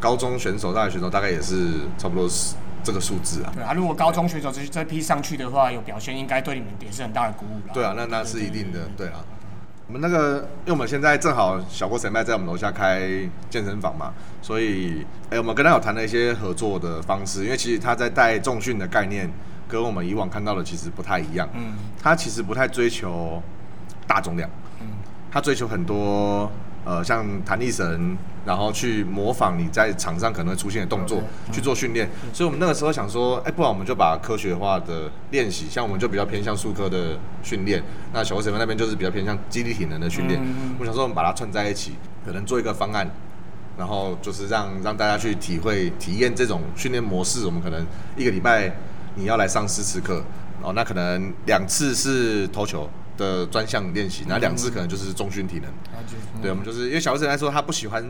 S2: 高中选手、大学选手大概也是差不多是这个数字啊。
S1: 对啊！如果高中选手这这批上去的话，有表现，应该对你们也是很大的鼓舞啦。
S2: 对啊，那那是一定的，对啊。我们那个，因为我们现在正好小郭神麦在我们楼下开健身房嘛，所以，哎、我们跟他有谈了一些合作的方式，因为其实他在带重训的概念跟我们以往看到的其实不太一样，
S1: 嗯
S2: 他其实不太追求大重量，
S1: 嗯，
S2: 他追求很多呃，像弹力绳，然后去模仿你在场上可能会出现的动作
S1: OK，
S2: 去做训练。所以我们那个时候想说，哎、不然我们就把科学化的练习，像我们就比较偏向术科的训练，那小郭水分那边就是比较偏向肌力体能的训练。
S1: 嗯嗯嗯
S2: 我想说，我们把它串在一起，可能做一个方案。然后就是让让大家去体会、体验这种训练模式。我们可能一个礼拜你要来上四次课，哦，那可能两次是投球的专项练习，那两次可能就是重训体能。
S1: 了解。
S2: 对，我们就是因为小学生来说，他不喜欢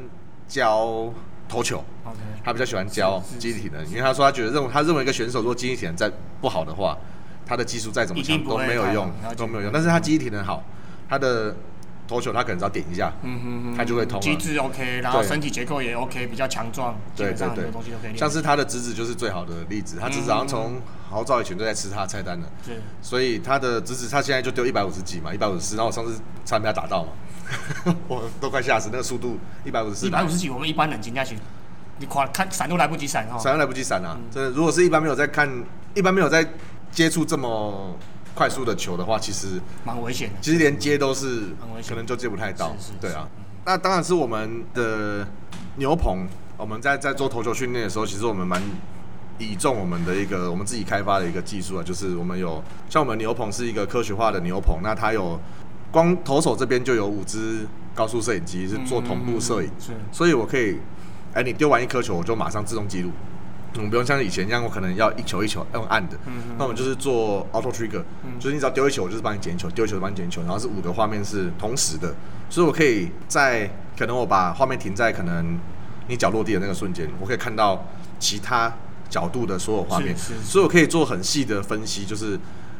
S2: 教投球，
S1: OK，
S2: 他比较喜欢教
S1: 是是
S2: 肌力体能，因为他说他觉得认为他认为一个选手如果肌力体能再不好的话，他的技术再怎么
S1: 一
S2: 强
S1: 定不
S2: 都
S1: 会
S2: 没有
S1: 太好
S2: 用
S1: 了，解
S2: 都没有用。但是他肌力体能好，他的投球他可能只要点一下，
S1: 嗯哼哼，
S2: 他就会通了
S1: 机制 OK，然后
S2: 啊对
S1: 身体结构也 OK，比较强壮，基
S2: 对
S1: 本
S2: 对
S1: 上很多东西都可以
S2: 对，
S1: 练。
S2: 像是他的侄子就是最好的例子，他侄子好像从好早以前就在吃他的菜单了，
S1: 是
S2: 所以他的侄子他现在就丢一百五十几嘛，一百五十四，然后我上次差点被他打到嘛， [laughs] 我都快吓死，那个速度一百五十四，
S1: 一百五十几，我们一般人惊下去，你看看闪都来不及闪哦哈。
S2: 闪都来不及闪啊！真的，如果是一般没有在看，一般没有在接触这么快速的球的话，其实
S1: 蛮危险的。
S2: 其实连接都是
S1: 很危险
S2: 可能就接不太到
S1: 是是，
S2: 对啊。那当然是我们的牛棚，我们在在做投球训练的时候，其实我们蛮倚重我们的一个我们自己开发的一个技术啊，就是我们有像我们牛棚是一个科学化的牛棚，那它有光投手这边就有五支高速摄影机是做同步摄影，
S1: 嗯是
S2: 所以我可以，哎，你丢完一颗球，我就马上自动记录，嗯，不用像以前一样，我可能要一球一球用按的，
S1: 嗯
S2: 那我们就是做 auto trigger，、就是你只要丢一球，我就是帮你捡一球，丢一球就帮你捡一球，然后是五个画面是同时的，所以我可以在可能我把画面停在可能你脚落地的那个瞬间，我可以看到其他角度的所有画面，
S1: 是是是
S2: 所以我可以做很细的分析，就是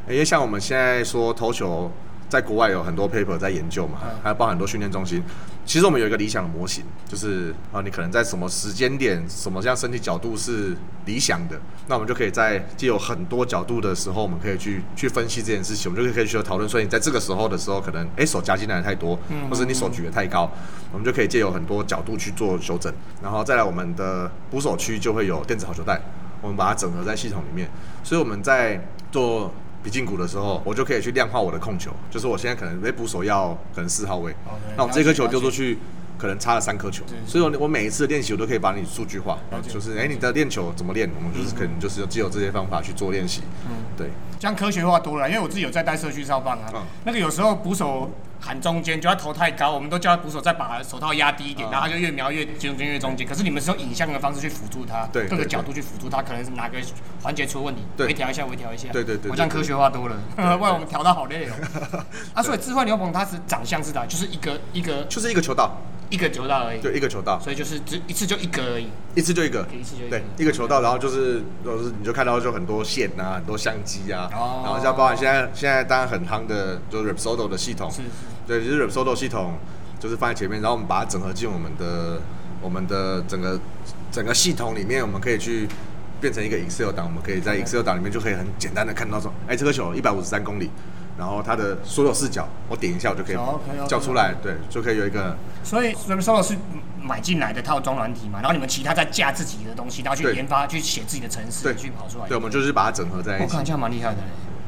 S2: 因为像我们现在说投球。在国外有很多 paper 在研究嘛
S1: 嗯，
S2: 还有包含很多训练中心。其实我们有一个理想的模型，就是啊，你可能在什么时间点、什么样身体角度是理想的，那我们就可以在既有很多角度的时候，我们可以去去分析这件事情，我们就可以去讨论说，你在这个时候的时候，可能诶手夹进来的太多，或者你手举得太高，我们就可以借由很多角度去做修整。然后再来我们的捕手区就会有电子好球带，我们把它整合在系统里面，所以我们在做。比进股的时候，我就可以去量化我的控球，就是我现在可能被捕手要可能四号位
S1: OK，
S2: 那我这颗球
S1: 哦了解
S2: 丢出去可能差了三颗球
S1: 对，
S2: 所以我我每一次的练习我都可以把你数据化
S1: 了，解嗯
S2: 就是哎、你的练球怎么练，我们就是可能就是借由这些方法去做练习，对，
S1: 这样科学化多了，因为我自己有在带社区哨棒啊。
S2: 嗯
S1: 那个有时候捕手喊中间，就要头太高，我们都叫他捕手再把手套压低一点，
S2: 嗯
S1: 然后他就越瞄越中间越中间。可是你们是用影像的方式去辅助他，
S2: 对
S1: 各个
S2: 对
S1: 角度去辅助他，可能是哪个环节出问题，
S2: 对
S1: 微调一下，微调一下。
S2: 对对对
S1: 我这样
S2: 对
S1: 科
S2: 对
S1: 学化多了，
S2: [laughs]
S1: [laughs] 不然我们调到好累哦。啊，所以置换牛棚它是长相是哪？就是一个一个
S2: 就是一个球道，
S1: 一个球道而已，
S2: 对，一个球道，
S1: 所以就是只一次就一个而已。
S2: 一次就一个，
S1: 一次就一个
S2: 对，一个球道，然后就是就是你就看到就很多线啊，很多相机啊，
S1: 哦
S2: 然后像包含现在现在当然很夯的，就是 Repsodo 的系统，
S1: 是是。
S2: 对，就是 Repsodo 系统就是放在前面，然后我们把它整合进我们的我们的整个整个系统里面，我们可以去变成一个 Excel 档，我们可以在 Excel 档里面就可以很简单的看到说，哎、这颗球一百五十三公里，然后它的所有视角，我点一下我就可
S1: 哦，OK，OK，OK
S2: 以叫出来，对，就可以有一个
S1: 所以 r e m s o l o 是买进来的套装软体嘛，然后你们其他再架自己的东西，然后去
S2: 对
S1: 研发、去写自己的程式，
S2: 对
S1: 去跑出来。
S2: 对，我们就是把它整合在
S1: 我
S2: 一起
S1: 看，这样蛮厉害的嘞。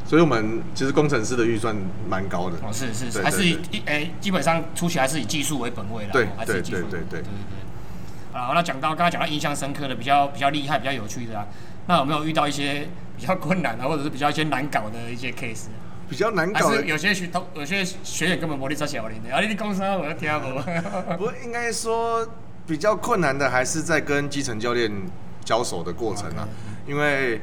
S2: 所以我们其实工程师的预算蛮高的，
S1: 哦，是是是，
S2: 对
S1: 还是
S2: 对
S1: 以一哎、基本上初期还是以技术为本位啦。
S2: 对
S1: 哦还是以技术为本
S2: 对
S1: 位
S2: 对
S1: 对
S2: 对
S1: 对对。好，那讲到刚才讲到印象深刻的、比较比较厉害、比较有趣的啊，那有没有遇到一些比较困难啊，或者是比较一些难搞的一些 case？
S2: 比较难
S1: 还
S2: 搞的
S1: 是有些学同有些学员根本没力在小林的，啊，你讲啥我都听无。
S2: 不过应该说比较困难的还是在跟基层教练交手的过程啊
S1: OK
S2: 因为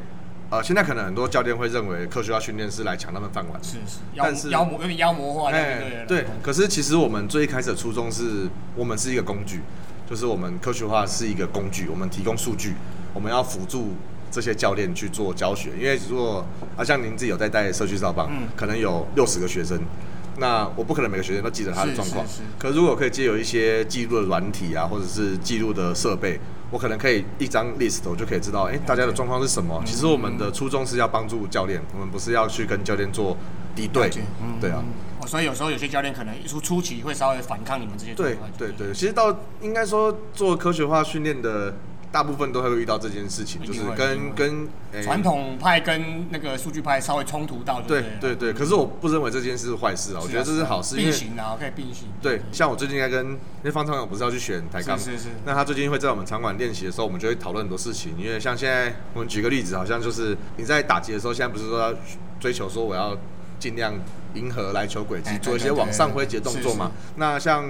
S2: 呃，现在可能很多教练会认为科学化训练是来抢他们饭碗，
S1: 是是，妖
S2: 但 [laughs] 是哎
S1: 妖魔有点妖魔化，对对了
S2: 对，可是其实我们最一开始的初衷是，我们是一个工具，就是我们科学化是一个工具，我们提供数据，我们要辅助这些教练去做教学。因为如果啊，像您自己有在带社区少棒，
S1: 嗯
S2: 可能有六十个学生，那我不可能每个学生都记得他的
S1: 是
S2: 状况
S1: 是是。
S2: 可如果可以借由一些记录的软体啊，或者是记录的设备，我可能可以一张 list，我就可以知道，哎、大家的状况是什么。其实我们
S1: 嗯
S2: 的初衷是要帮助教练，我们不是要去跟教练做敌对
S1: 解，
S2: 对啊。
S1: 哦，所以有时候有些教练可能初初期会稍微反抗你们这些做
S2: 对
S1: 法
S2: 对对，其实到应该说做科学化训练的大部分都会遇到这件事情，
S1: 一
S2: 就
S1: 定
S2: 是
S1: 会一定
S2: 跟
S1: 会
S2: 跟诶
S1: 传统派跟那个数据派稍微冲突到就
S2: 对
S1: 对啊了，
S2: 对对。可是我不认为这件事是坏事啊，我觉得这是好事，因
S1: 并
S2: 为
S1: 行啊，可以并行。
S2: 对，像我最近在跟因为方长勇不是要去选台杠，
S1: 是是是
S2: 那他最近会在我们场馆练习的时候，我们就会讨论很多事情。因为像现在我们举个例子，好像就是你在打击的时候，现在不是说要追求说我要尽量迎合来球轨迹
S1: 哎，对
S2: 做一些
S1: 对对
S2: 往上挥击的动作嘛
S1: 是。
S2: 那像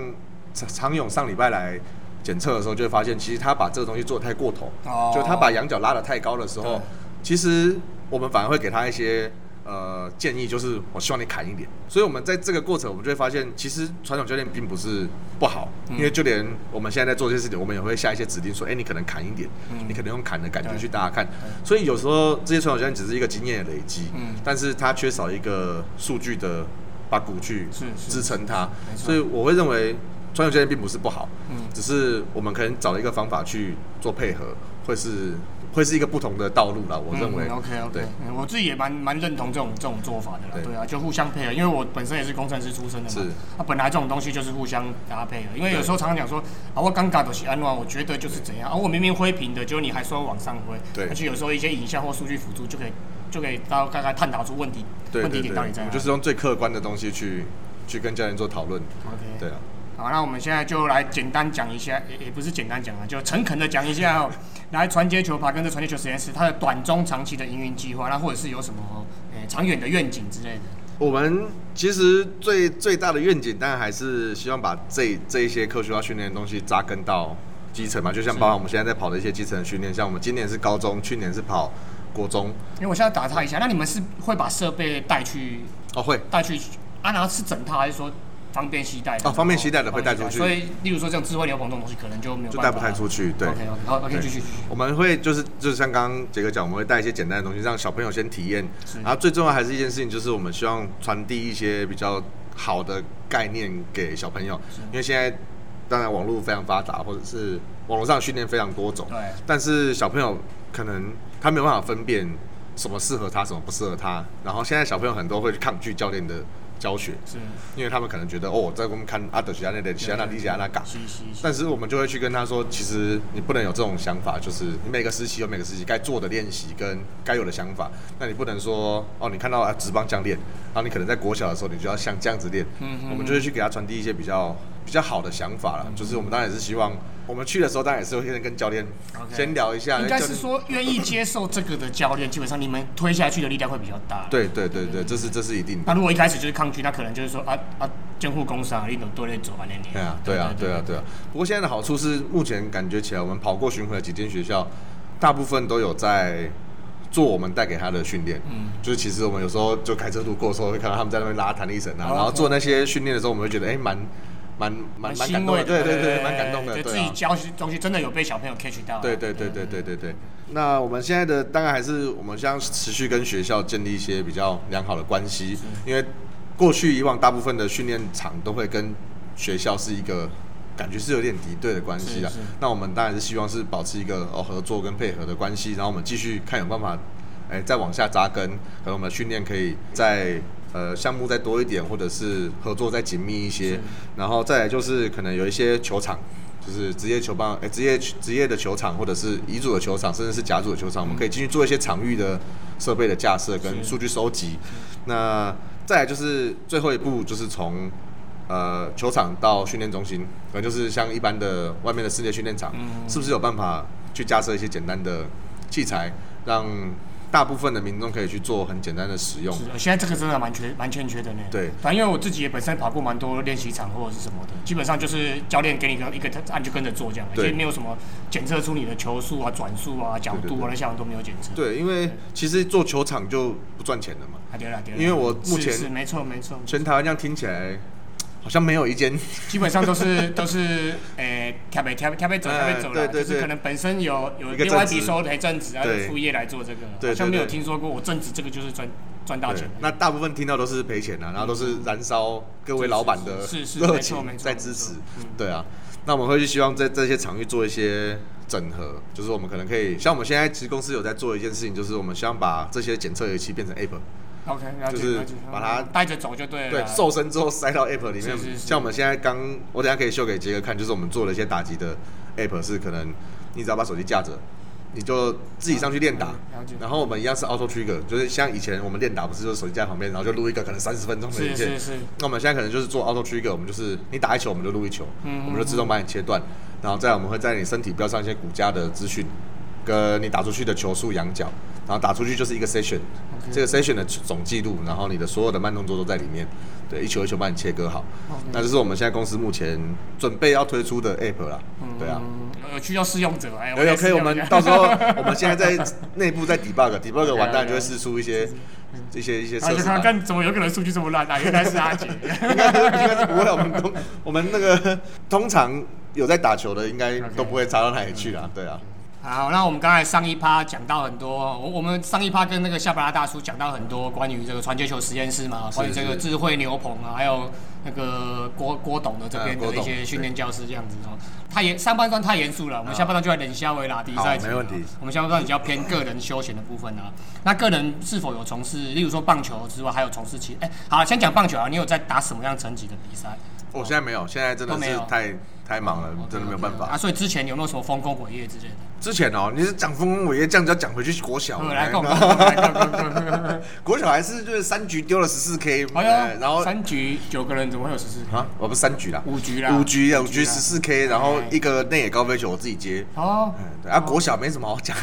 S2: 常常勇上礼拜来。检测的时候就会发现，其实他把这个东西做得太过头，
S1: 哦
S2: 就他把仰角拉得太高的时
S1: 对
S2: 候，其实我们反而会给他一些呃建议，就是我希望你砍一点。所以我们在这个过程，我们就会发现，其实传统教练并不是不好，
S1: 嗯
S2: 因为就连我们现在在做这些事情，我们也会下一些指令说，哎、你可能砍一点，你可能用砍的感觉
S1: 嗯对
S2: 去大家看。所以有时候这些传统教练只是一个经验的累积，
S1: 嗯
S2: 但是它缺少一个数据的把股去
S1: 是是
S2: 支撑它，
S1: 没错
S2: 所以我会认为。传统教练并不是不好，
S1: 嗯
S2: 只是我们可能找了一个方法去做配合，会是会是一个不同的道路啦。我认为、
S1: 嗯、OK OK，
S2: 对
S1: 我自己也蛮蛮认同这种这种做法的啦。
S2: 对
S1: 对啊，就互相配合，因为我本身也是工程师出身的
S2: 是
S1: 嘛，啊，本来这种东西就是互相搭配合。因为有
S2: 对
S1: 时候常常讲说啊，我尴尬的是安乱，我觉得就是怎样啊，我明明挥平的，结果你还说往上挥，
S2: 对
S1: 而且有时候一些影像或数据辅助就可以就可以到大概探讨出问题
S2: 对
S1: 问题
S2: 对对，
S1: 点到底在
S2: 我
S1: 哪
S2: 们
S1: 里。
S2: 就是用最客观的东西去去跟教练做讨论。
S1: OK，
S2: 对啊，
S1: 好，那我们现在就来简单讲一下，也也不是简单讲啊，就诚恳的讲一下哦，来传接球爬跟这传接球实验室它的短中长期的营运计划，那或者是有什么呃长远的愿景之类的。
S2: 我们其实最最大的愿景，当然还是希望把这这一些科学化训练的东西扎根到基层嘛。就像包含我们现在在跑的一些基层的训练，像我们今年是高中，去年是跑国中。
S1: 因为我现在打岔一下，那你们是会把设备带去
S2: 哦，会
S1: 带去啊？然后是整套还是说方便携带的？
S2: 哦方便携带的会带出去
S1: 所以，例如说这种智慧流棚这种东西，可能就没有
S2: 就
S1: 办
S2: 带
S1: 法
S2: 不太出去，对。
S1: OK OK，好，OK，
S2: 对
S1: 继续继续。
S2: 我们会就是就是像刚刚杰哥讲，我们会带一些简单的东西，让小朋友先体验
S1: 是。
S2: 然后最重要还是一件事情，就是我们希望传递一些比较好的概念给小朋友，因为现在当然网络非常发达，或者是网络上训练非常多种，
S1: 对
S2: 但是小朋友可能他没有办法分辨什么适合他，什么不适合他。然后现在小朋友很多会去抗拒教练的教学，
S1: 是
S2: 因为他们可能觉得哦，在我们看阿德西亚那的西亚那利西亚啊那嘎，
S1: 是是是
S2: 但是我们就会去跟他说，其实你不能有这种想法，就是你每个时期有每个时期该做的练习跟该有的想法。那你不能说哦，你看到啊职棒这样练，然后你可能在国小的时候你就要像这样子练。
S1: 嗯嗯
S2: 我们就会去给他传递一些比较比较好的想法了。就是我们当然也是希望，我们去的时候当然也是会先跟教练
S1: OK
S2: 先聊一下。哎
S1: 应该是
S2: 教练
S1: 说愿意接受这个的教练，基本上你们推下去的力量会比较大。。
S2: 对对对对，这是这是一定的
S1: 那。如果一开始就是抗拒，那可能就是说啊啊，监护工伤，你怎么多类走啊那年。
S2: 对 [laughs] 啊，对啊，对啊，对啊。不过现在的好处是，目前感觉起来，我们跑过巡回的几间学校，大部分都有在做我们带给他的训练。嗯，就是其实我们有时候就开车路过的时候，会看到他们在那边拉弹力绳啊，
S1: 哦
S2: 然后
S1: OK
S2: 做那些训练的时候，我们会觉得，哎，蛮蛮蛮蛮感
S1: 欣
S2: 动
S1: 慰
S2: 的，对对对，
S1: 呃
S2: 蛮感动的，
S1: 就
S2: 对
S1: 自己
S2: 啊。
S1: 教东西真的有被小朋友 catch 到啊。
S2: 对对对对对对对。那我们现在的当然还是我们将持续跟学校建立一些比较良好的关系，因为过去以往大部分的训练场都会跟学校是一个感觉是有点敌对的关系啦
S1: 是是。
S2: 那我们当然是希望是保持一个哦合作跟配合的关系，然后我们继续看有办法。哎，再往下扎根，可能我们的训练可以在呃项目再多一点，或者是合作再紧密一些。然后再来就是可能有一些球场，就是职业球棒，哎，职业职业的球场，或者是乙组的球场，甚至是甲组的球场，我们可以进去做一些场域的设备的架设跟数据收集。那再来就是最后一步，就是从呃球场到训练中心，可能就是像一般的外面的室内训练场，是不是有办法去架设一些简单的器材，让大部分的民众可以去做很简单的使用
S1: 是。，现在这个真的蛮缺、蛮欠缺的呢。
S2: 对
S1: 反正因为我自己也本身跑过蛮多练习场或者是什么的，基本上就是教练给你一个一个按就跟着做这样，而
S2: 对
S1: 且没有什么检测出你的球速啊、转速啊、角
S2: 对
S1: 度
S2: 对
S1: 啊
S2: 对
S1: 那项都没有检测。
S2: 对，因为其实做球场就不赚钱了嘛。
S1: 啊，对了对了。
S2: 因为我目
S1: 是
S2: 前
S1: 是没错没错，
S2: 全台湾这样听起来，好像没有一间
S1: 基本上都是 [laughs] 都是诶跳呗跳呗跳呗走跳呗
S2: 哎
S1: 走
S2: 对
S1: 了，
S2: 对
S1: 就是
S2: 对
S1: 可能本身有有
S2: 一个
S1: 另外一
S2: 正
S1: 笔
S2: 职
S1: 收的正职，然后
S2: 对
S1: 副业来做这个，
S2: 对
S1: 好像没有
S2: 对对
S1: 听说过我正职这个就是赚赚大
S2: 对
S1: 钱的。
S2: 那大部分听到都是赔钱啊，然后都是燃烧各位老板的
S1: 是是是
S2: 热
S1: 没错
S2: 情
S1: 没错
S2: 在
S1: 没
S2: 支持
S1: 错嗯，
S2: 对啊。那我们会去希望在这些场域做一些整合，就是我们可能可以，像我们现在其实公司有在做一件事情，就是我们希望把这些检测仪器变成 app，
S1: OK，了解
S2: 就是
S1: 了解，嗯
S2: 把它
S1: 带着走就对了
S2: 对，
S1: 啦。
S2: 瘦身之后塞到 app 里面
S1: 是是。是
S2: 像我们现在刚，我等一下可以秀给杰哥看，就是我们做了一些打击的 app，是可能你只要把手机架着，你就自己上去练打
S1: 嗯了解。
S2: 然后我们一样是 auto trigger，就是像以前我们练打不是就是手机在旁边，然后就录一个可能三十分钟的影
S1: 是是
S2: 片。
S1: 是，
S2: 那我们现在可能就是做 auto trigger，我们就是你打一球我们就录一球，
S1: 嗯
S2: 我们就自动把你切断，然后再来我们会在你身体标上一些骨架的资讯，跟你打出去的球速、仰角，然后打出去就是一个 session，、
S1: OK
S2: 这个 session 的总记录，然后你的所有的慢动作都在里面，对，一球一球帮你切割好
S1: OK
S2: 那就是我们现在公司目前准备要推出的 app 啦，对啊。
S1: 嗯，有需要试用者哎，
S2: 有有可以，我们到时
S1: 候
S2: 候我们现在在内部在 debug，debug 完蛋就会试出一
S1: [laughs]
S2: 些一些一些测
S1: 就
S2: 试
S1: 看
S2: 版。
S1: 看怎么有个人数据这么烂啊，原来是阿杰，
S2: 应该应该是不会。我们通我们那个通常有在打球的，应该
S1: OK
S2: 都不会差到哪里去
S1: 嗯
S2: 啦。对啊，
S1: 好，那我们刚才上一趴讲到很多，我我们上一趴跟那个夏巴拉大叔讲到很多关于这个传接球实验室嘛，
S2: 是
S1: 关于这个
S2: 是
S1: 智慧牛棚啊，还有那个郭郭董的这边
S2: 嗯郭
S1: 的
S2: 董
S1: 一些训练教室这样子哦。太严，上半段太严肃了，我们
S2: 好
S1: 下半段就来冷笑为啦，第一赛季
S2: 没问题
S1: 我们下半段比较偏个人休闲的部分啊。那个人是否有从事，例如说棒球之外，还有从事其？哎、好，先讲棒球啊，你有在打什么样层级的比赛？
S2: 我现在没有，现在真的
S1: 都没
S2: 是
S1: 有
S2: 太太忙了，真的没有办
S1: 啊，
S2: 法。
S1: 所以之前有没有什么丰功伟业之类的？
S2: 之前哦，你是讲丰功伟业，这样就要讲回去国小
S1: 我 [laughs]
S2: 了。
S1: 嗯
S2: 哎
S1: 来共，来共。
S2: 国小还是就是三局丢了十四 K，
S1: 哎
S2: 呃
S1: 呀，
S2: 然后
S1: 三局九个人怎么会有十四？
S2: 啊，我不是三局啦，
S1: 五局啦，
S2: 五局啊，五局
S1: 啦哎
S2: 十。四 K，然后一个内野高飞球我自己接。
S1: 哦，
S2: 嗯，对啊，国小没什么好讲。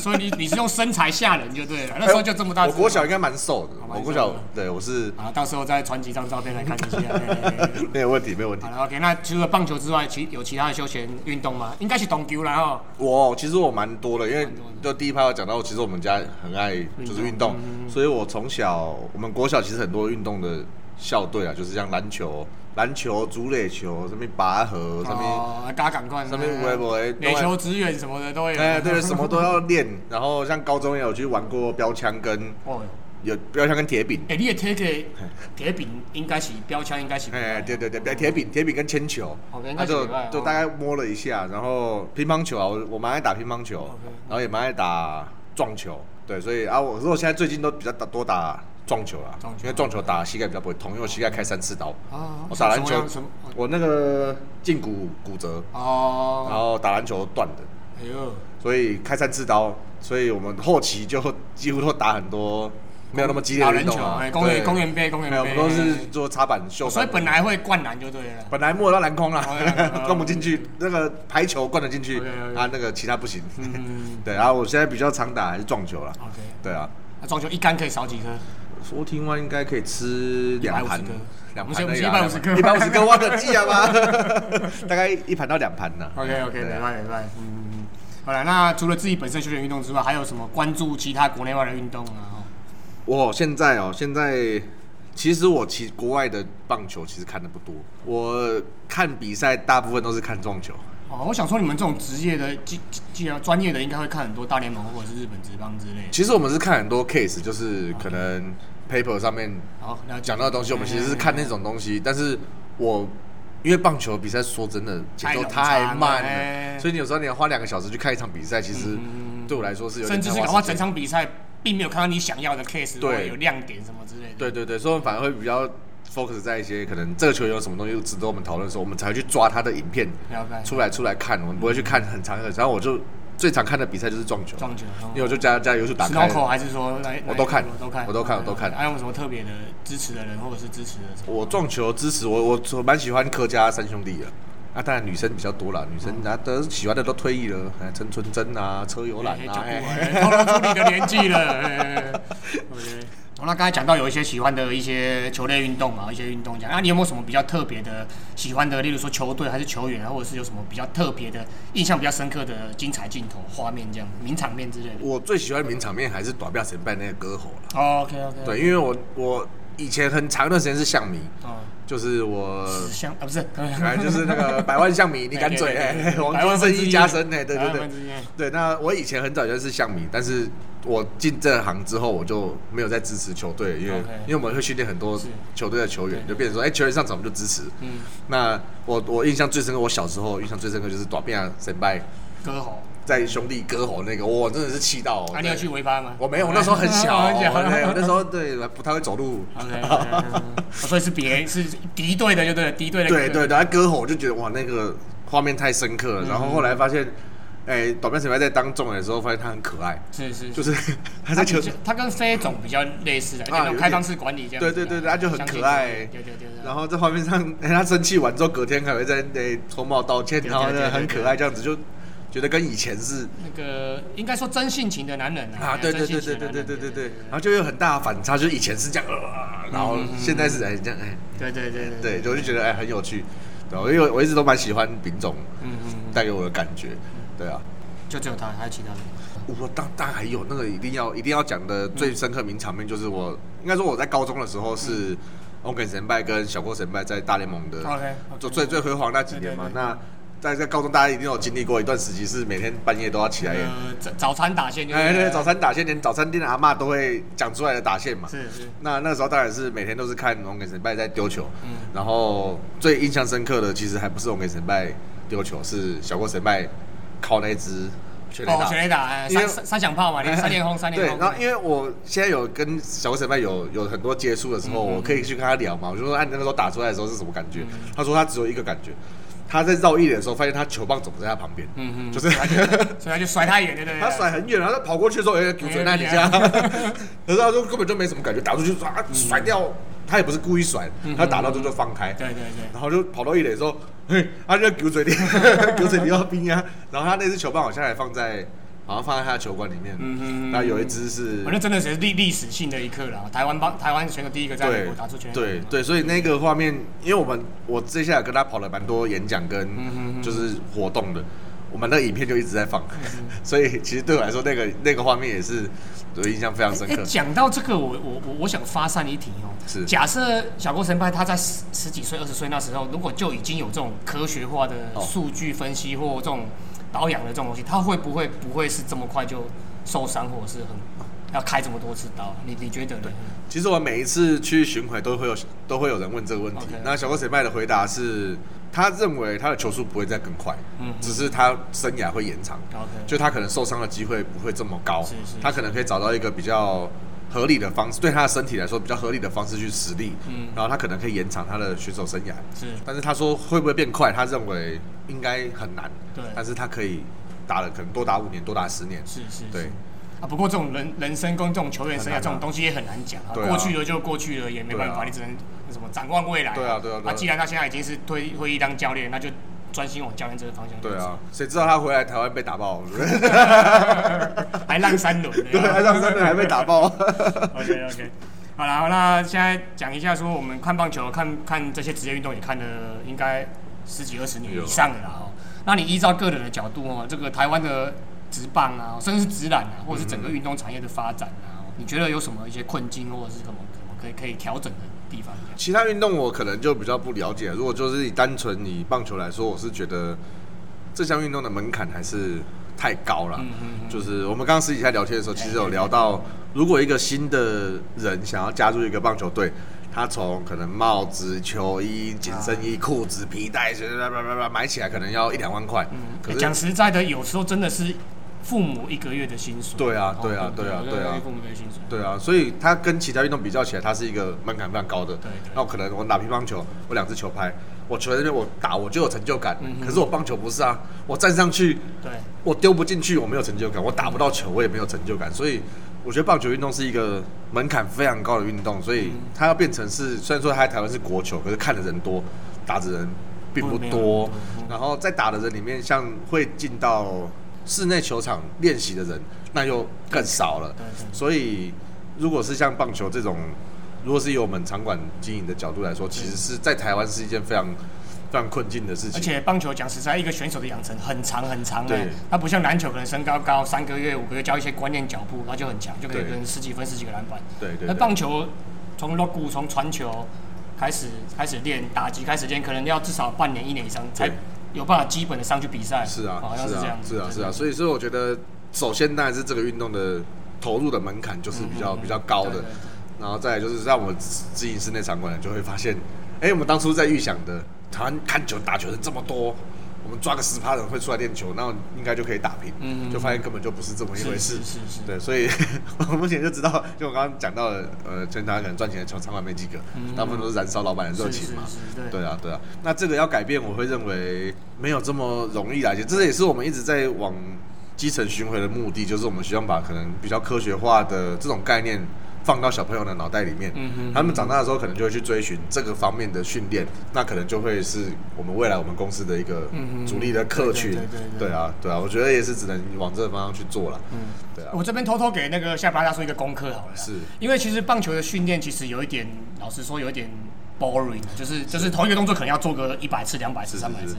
S1: 所以你你是用身材吓人就对了，那时候就这么大
S2: 哎我
S1: 只。
S2: 国小应该蛮瘦的，
S1: 蛮
S2: 我国
S1: 瘦
S2: 小
S1: 的
S2: 对我是
S1: 啊，到时候再传几张照片来看一下。对对
S2: [laughs]
S1: 对
S2: 没有问题，没有问题
S1: 好。了，OK，那除了棒球之外，其有其他的休闲运动吗？应该是懂球啦哦。
S2: 我其实我蛮多的，因为
S1: 蛮多的嗯
S2: 就第一趴有讲到，其实我们家很爱就是运动，所以我从小我们国小其实很多运动的校队啊，就是像篮球、篮球、竹垒球、什么拔河、什么，
S1: 哦，大家赶快。
S2: 什么有的没的
S1: 垒球支援什么的都会有。哦
S2: 哎、对，
S1: [laughs]
S2: 什么都要练。然后像高中也有去玩过标枪跟
S1: 哦，
S2: 有标枪跟铁饼，
S1: 哎，你的铁给铁饼应该是标枪，应该是。
S2: 哎、对对对，标铁饼、铁饼跟铅球，
S1: 哦
S2: 那
S1: 应该是
S2: 就
S1: 礼拜哦
S2: 就大概摸了一下。然后乒乓球啊，我我蛮爱打乒乓球
S1: OK
S2: 然后也蛮爱打撞球。对，所以啊，我如果现在最近都比较打多打撞球啦，
S1: 撞球
S2: 因为撞球打膝盖比较不会痛，因为我膝盖开三次刀。
S1: 哦
S2: 我打篮
S1: 什么
S2: 球
S1: 样什么？，
S2: 我那个胫骨骨折，然
S1: 哦，
S2: 后打篮球断的，
S1: 哎呦。
S2: 所以开三次刀，所以我们后期就几乎都打很多没有那么激烈
S1: 打
S2: 的
S1: 篮
S2: 运动
S1: 球，
S2: 啊。
S1: 哎，公园
S2: 对
S1: 公园杯，公园
S2: 没
S1: 杯，哦
S2: 有，我们都是做插板秀。
S1: 所以本来会灌篮就对
S2: [laughs]
S1: 了。
S2: 本来摸得到篮筐啦 [laughs]
S1: 哦篮筐，
S2: 灌不进去。那个排球灌得进去
S1: OK，OK
S2: 啊，那个其他不行。 [laughs]
S1: 嗯
S2: 对，然后我现在比较常打还是撞球啦。
S1: ，OK。
S2: 对啊，
S1: 那撞球一杆可以少几颗？
S2: 说听完应该可以吃两盘
S1: 150颗，
S2: 两
S1: 我
S2: 盘
S1: 们
S2: 那
S1: 是
S2: 个
S1: 我们是150颗
S2: 一百五十颗忘了记了吗？ [laughs] 大概一盘到两盘呢。
S1: OK OK，
S2: 对
S1: 明
S2: 啊
S1: 白明白，嗯嗯嗯。好了，那除了自己本身休闲运动之外，还有什么关注其他国内外的运动啊？
S2: 我现在哦，现在其实我其国外的棒球其实看的不多，我看比赛大部分都是看撞球。
S1: 哦，我想说你们这种职业的，既既既然啊专业的，应该会看很多大联盟或者是日本职棒之类的。
S2: 其实我们是看很多 case，就是可能 paper 上面
S1: 好，那
S2: 嗯讲到的东西，我们其实是看那种东西，但是我因为棒球比赛说真的节奏太
S1: 太
S2: 慢
S1: 冗长了哎嗯
S2: 了，所以你有时候你要花两个小时去看一场比赛，其实对我来说是有点
S1: 甚至是
S2: 太
S1: 搞不好
S2: 时间
S1: 整场比赛并没有看到你想要的 case，
S2: 对
S1: 或者有亮点什么之类的。
S2: 对对对，所以我们反而会比较 focus 在一些可能这个球员有什么东西值得我们讨论的时候，我们才会去抓他的影片
S1: 了解
S2: 出来出来看，我们不会去看很长很长。然后我就最常看的比赛就是撞球，
S1: 撞球啊哦
S2: 因为我就加加油就打开
S1: Snowco
S2: 了。
S1: 还是说来，
S2: 我都看
S1: 我都看，
S2: 我都看我都看
S1: 还有什么特别的支持的人，或者是支持的什么？
S2: 我撞球支持我我我蛮喜欢客家三兄弟的，啊，当然女生比较多啦，女
S1: 嗯
S2: 生啊都喜欢的都退役了，哎，陈纯真啊，车游览
S1: 哎
S2: 啊，哎
S1: 就不透露出你的年纪 [laughs] 了。哎 OK 好那刚才讲到有一些喜欢的一些球类运动嘛，啊一些运动这样，那你有没有什么比较特别的喜欢的，例如说球队还是球员，或者是有什么比较特别的印象比较深刻的精彩镜头、画面这样、名场面之类的
S2: 我最喜欢名场面还是短票神拜那个歌喉了。
S1: ？OK OK，，
S2: 对，因为我我以前很长一段时间是象迷，
S1: 哦，
S2: 就
S1: [laughs]
S2: 是我
S1: 十项啊不是，
S2: 反正就是那个百万象迷，你敢嘴哎，王
S1: 百万
S2: 金
S1: 分
S2: 生
S1: 之
S2: 一加深哎，对
S1: 百
S2: 对
S1: 万
S2: 对
S1: 分。之一啊
S2: 对，那我以前很早就是象迷，但是我进这行之后，我就没有再支持球队了，因为
S1: OK
S2: 因为我们会训练很多
S1: 是
S2: 球队的球员，
S1: 对
S2: 就变成说，哎、球员上场我们就支持。
S1: 嗯，
S2: 那我我印象最深刻，我小时候印象最深刻就是短变神拜
S1: 歌喉，
S2: 在兄弟割喉那个，我真的是气到。哦
S1: 啊，你有去
S2: 对
S1: 维巴吗？
S2: 我没有，我那时候很小，
S1: [laughs] 很小
S2: 对，我那时候对不太会走路。
S1: OK，,
S2: [laughs]
S1: o k 所以是别是敌对的，就对了，敌对的。
S2: 对对，然后割喉我就觉得哇，那个画面太深刻了。然后后来发现，哎、短片神拜在当众的时候，发现他很可爱，
S1: 是是，
S2: 就是是他在
S1: 它
S2: 球
S1: 比较它跟飞总比较类似的，
S2: 啊
S1: 那
S2: 有
S1: 种
S2: 点
S1: 开放式管理这样子
S2: 对
S1: 的。
S2: 对对对，他就很可爱。
S1: 对对对对。
S2: 然后在画面上， [laughs] 哎、他生气完之后，隔天还会在那、哎脱帽道歉，
S1: 对对
S2: 然后
S1: 对对
S2: 呢很可爱，这样子就觉得跟以前是
S1: 那个应该说真性情的男人
S2: 啊，
S1: 啊，
S2: 对
S1: 真
S2: 对对
S1: 性
S2: 对
S1: 情的
S2: 对
S1: 男
S2: 对
S1: 人
S2: 对
S1: 对
S2: 对对，然后就有很大的反差，就是以前是这样，呃、然后现在是哎、这样哎、
S1: 对对对
S2: 对，我就觉得哎、很有趣，对吧，因为我一直都蛮喜欢丙种
S1: 嗯嗯，嗯
S2: 带给我的感觉，对啊。
S1: 就只有他，还有其他的。
S2: 我当当然还有那个一定要一定要讲的最深刻名场面，就是我应该说我在高中的时候是 Onken 神拜跟小郭神拜在大联盟的
S1: 嗯 OK，OK
S2: 就最最辉煌那几年嘛
S1: 对。对
S2: 那在在高中，大家一定有经历过一段时期，是每天半夜都要起来。
S1: 呃，早早餐打线就是。
S2: 哎，对，早餐打线，连早餐店的阿嬷都会讲出来的打线嘛。
S1: 是是
S2: 那那个时候当然是每天都是看龙给神拜在丢球，
S1: 嗯
S2: 然后最印象深刻的其实还不是龙给神拜丢球，是小郭神拜靠那一只全垒
S1: 哦
S2: 打，，
S1: 全垒打，哎
S2: 因为
S1: 三三三响炮嘛，哎连三连轰，三连
S2: 对
S1: 轰。，
S2: 然后因为我现在有跟小郭神拜有有很多接触的时
S1: 嗯
S2: 候，我可以去跟他聊嘛，我就说按啊那个时候打出来的时候是什么感觉，
S1: 嗯
S2: 他说他只有一个感觉，他在绕一垒的时候发现他球棒总在他旁边，
S1: 嗯嗯
S2: 就是
S1: 所以他就甩太远，对对对。
S2: [laughs] 他甩很远，然后他跑过去的时候，哎、欸，骨
S1: 哎
S2: 髓那里
S1: 哎嗯
S2: 下， [laughs] 可是他说根本就没什么感觉，打出去唰、啊、甩掉，他也不是故意甩，他打到这就放开，
S1: 对对对。
S2: 然后就跑到一垒之后，嘿，他就骨
S1: [laughs]
S2: 髓里骨髓里要冰啊，然后他那只球棒好像还放在，好像放在他的球馆里面，
S1: 嗯嗯
S2: 然后有一只是
S1: 反正真的是历历史性的一刻啦，台湾帮台湾选手第一个在美
S2: 对
S1: 国打出全哎垒打
S2: 对
S1: 嘛
S2: 对，所以那个画面，因为我们我接下来跟他跑了蛮多演讲跟
S1: 嗯
S2: 就是活动的，我们那个影片就一直在放，
S1: 嗯
S2: [laughs] 所以其实对我来说，那个那个画面也是我印象非常深
S1: 哎，
S2: 刻。
S1: 讲到这个，我我我我想发散一题哦。
S2: 是
S1: 假设小郭神派他在十十几岁、二十岁那时候，如果就已经有这种科学化的
S2: 哦
S1: 数据分析或这种保养的这种东西，他会不会不会是这么快就受伤，或者是很要开这么多次刀？啊你你觉得呢？
S2: 其实我每一次去巡回都会有都会有人问这个问题
S1: OK。
S2: 那小郭水麦的回答是，他认为他的球速不会再更快，
S1: 嗯
S2: 只是他生涯会延长。
S1: OK
S2: 就他可能受伤的机会不会这么高，
S1: 是是
S2: 他可能可以找到一个比较合理的方式，对他的身体来说比较合理的方式去实力，
S1: 嗯
S2: 然后他可能可以延长他的选手生涯。
S1: 是
S2: 但是他说会不会变快，他认为应该很难，
S1: 对
S2: 但是他可以打了，可能多打五年，多打十年，
S1: 是是
S2: 对
S1: 是。啊，不过这种人人生跟这种球员生涯
S2: 很难啊
S1: 这种东西也很难讲啊，
S2: 对啊
S1: 过去了就过去了，也没办法，
S2: 对啊
S1: 你只能什么展望未来、
S2: 对啊对啊对啊
S1: 既然他现在已经是退退役当教练，那就专心往教练这个方向。
S2: 对啊，谁知道他回来台湾被打爆，对不对？
S1: [laughs] 还浪三轮呢。
S2: [laughs] 对，啊让真的还被打爆。
S1: OK OK，好啦，那现在讲一下说，我们看棒球、看看这些职业运动也看了应该十几二十年以上了啦哦。那你依照个人的角度哦，这个台湾的职棒啊，甚至是职篮啊，或者是整个运动产业的发展啊，你觉得有什么一些困境或者是什么什么可以可以调整的地方？
S2: 其他运动我可能就比较不了解。如果就是以单纯以棒球来说，我是觉得这项运动的门槛还是太高了。
S1: 嗯嗯哎
S2: 就是我们刚刚私底下聊天的时候，其实有聊到，如果一个新的人想要加入一个棒球队，他从可能帽子、球衣、紧身衣、裤子、皮带，叭叭叭叭买起来，可能要一两万块。可
S1: 欸
S2: 是
S1: 啊讲实在的，有时候真的是父母一个月的薪水。
S2: 对啊
S1: 哦
S2: 对啊
S1: 不
S2: 对啊
S1: 有时候
S2: 对啊
S1: 父母一个月薪水。
S2: 对啊，所以它跟其他运动比较起来，它是一个门槛非常高的。
S1: 对对
S2: 那我可能我打乒乓球，我两只球拍，我球在那边我打我就有成就感。
S1: 嗯哼
S2: 可是我棒球不是啊，我站上去
S1: 对，
S2: 我丢不进去，我没有成就感，我打不到球，我也没有成就感。所以我觉得棒球运动是一个门槛非常
S1: 嗯
S2: 高的运动，所以它要变成是虽然说它在台湾是国球，可是看的人多，打的人并不
S1: 不没有
S2: 多
S1: 嗯，
S2: 然后在打的人里面，像会进到室内球场练习的人，那又更少了
S1: 对对。
S2: 所以，如果是像棒球这种，如果是以我们场馆经营的角度来说，其实是在台湾是一件非常非常困境的事
S1: 而
S2: 情。
S1: 且棒球讲实在，一个选手的养成很长很长的、
S2: 对
S1: 它不像篮球可能身高高，三个月五个月教一些观念脚步，然后就很强，就可以
S2: 对
S1: 跟十几分十几个篮板。
S2: 对对
S1: 那
S2: 对
S1: 棒球从 l o g 从传球开始开始练打击，开始练可能要至少半年一年以上才
S2: 对
S1: 有办法基本的上去比赛。
S2: 是啊，
S1: 好像
S2: 是
S1: 哦这
S2: 啊
S1: 样，子。
S2: 是啊，是啊。
S1: 对
S2: 所以，所以我觉得，首先当然是这个运动的投入的门槛就是比较、比较
S1: 嗯
S2: 高
S1: 对
S2: 的
S1: 对对，
S2: 然后再来就是在我们自营室内场馆的就会发现，哎、我们当初在预想的，台湾看球打球人这么多。我们抓个十趴人会出来练球，那应该就可以打平，
S1: 嗯嗯嗯
S2: 就发现根本就不是这么一回
S1: 是
S2: 事。
S1: 是是是
S2: 对，所以 [laughs] 我目前就知道，就我刚刚讲到的，呃，全台湾可能赚钱的球场馆没几个，大部分都是燃烧老板的热
S1: 是
S2: 情嘛。
S1: 嗯是是对
S2: 对啊，对啊。那这个要改变，我会认为没有这么容易啦。也这也是我们一直在往基层巡回的目的，就是我们希望把可能比较科学化的这种概念放到小朋友的脑袋里面。
S1: 嗯哼
S2: 他们长大的时候可能就会去追寻这个方面的训练，那可能就会是我们未来我们公司的一个
S1: 嗯哼
S2: 主力的客群。
S1: 对对对对对
S2: 对啊，对啊，我觉得也是只能往这个方向去做了。嗯，对啊，
S1: 我这边偷偷给那个下巴大叔一个功课好了啦，
S2: 是
S1: 因为其实棒球的训练其实有一点，老实说有一点 boring，就是就是同一个动作可能要做个一百次、两百次、
S2: 是是
S1: 三百次
S2: 是。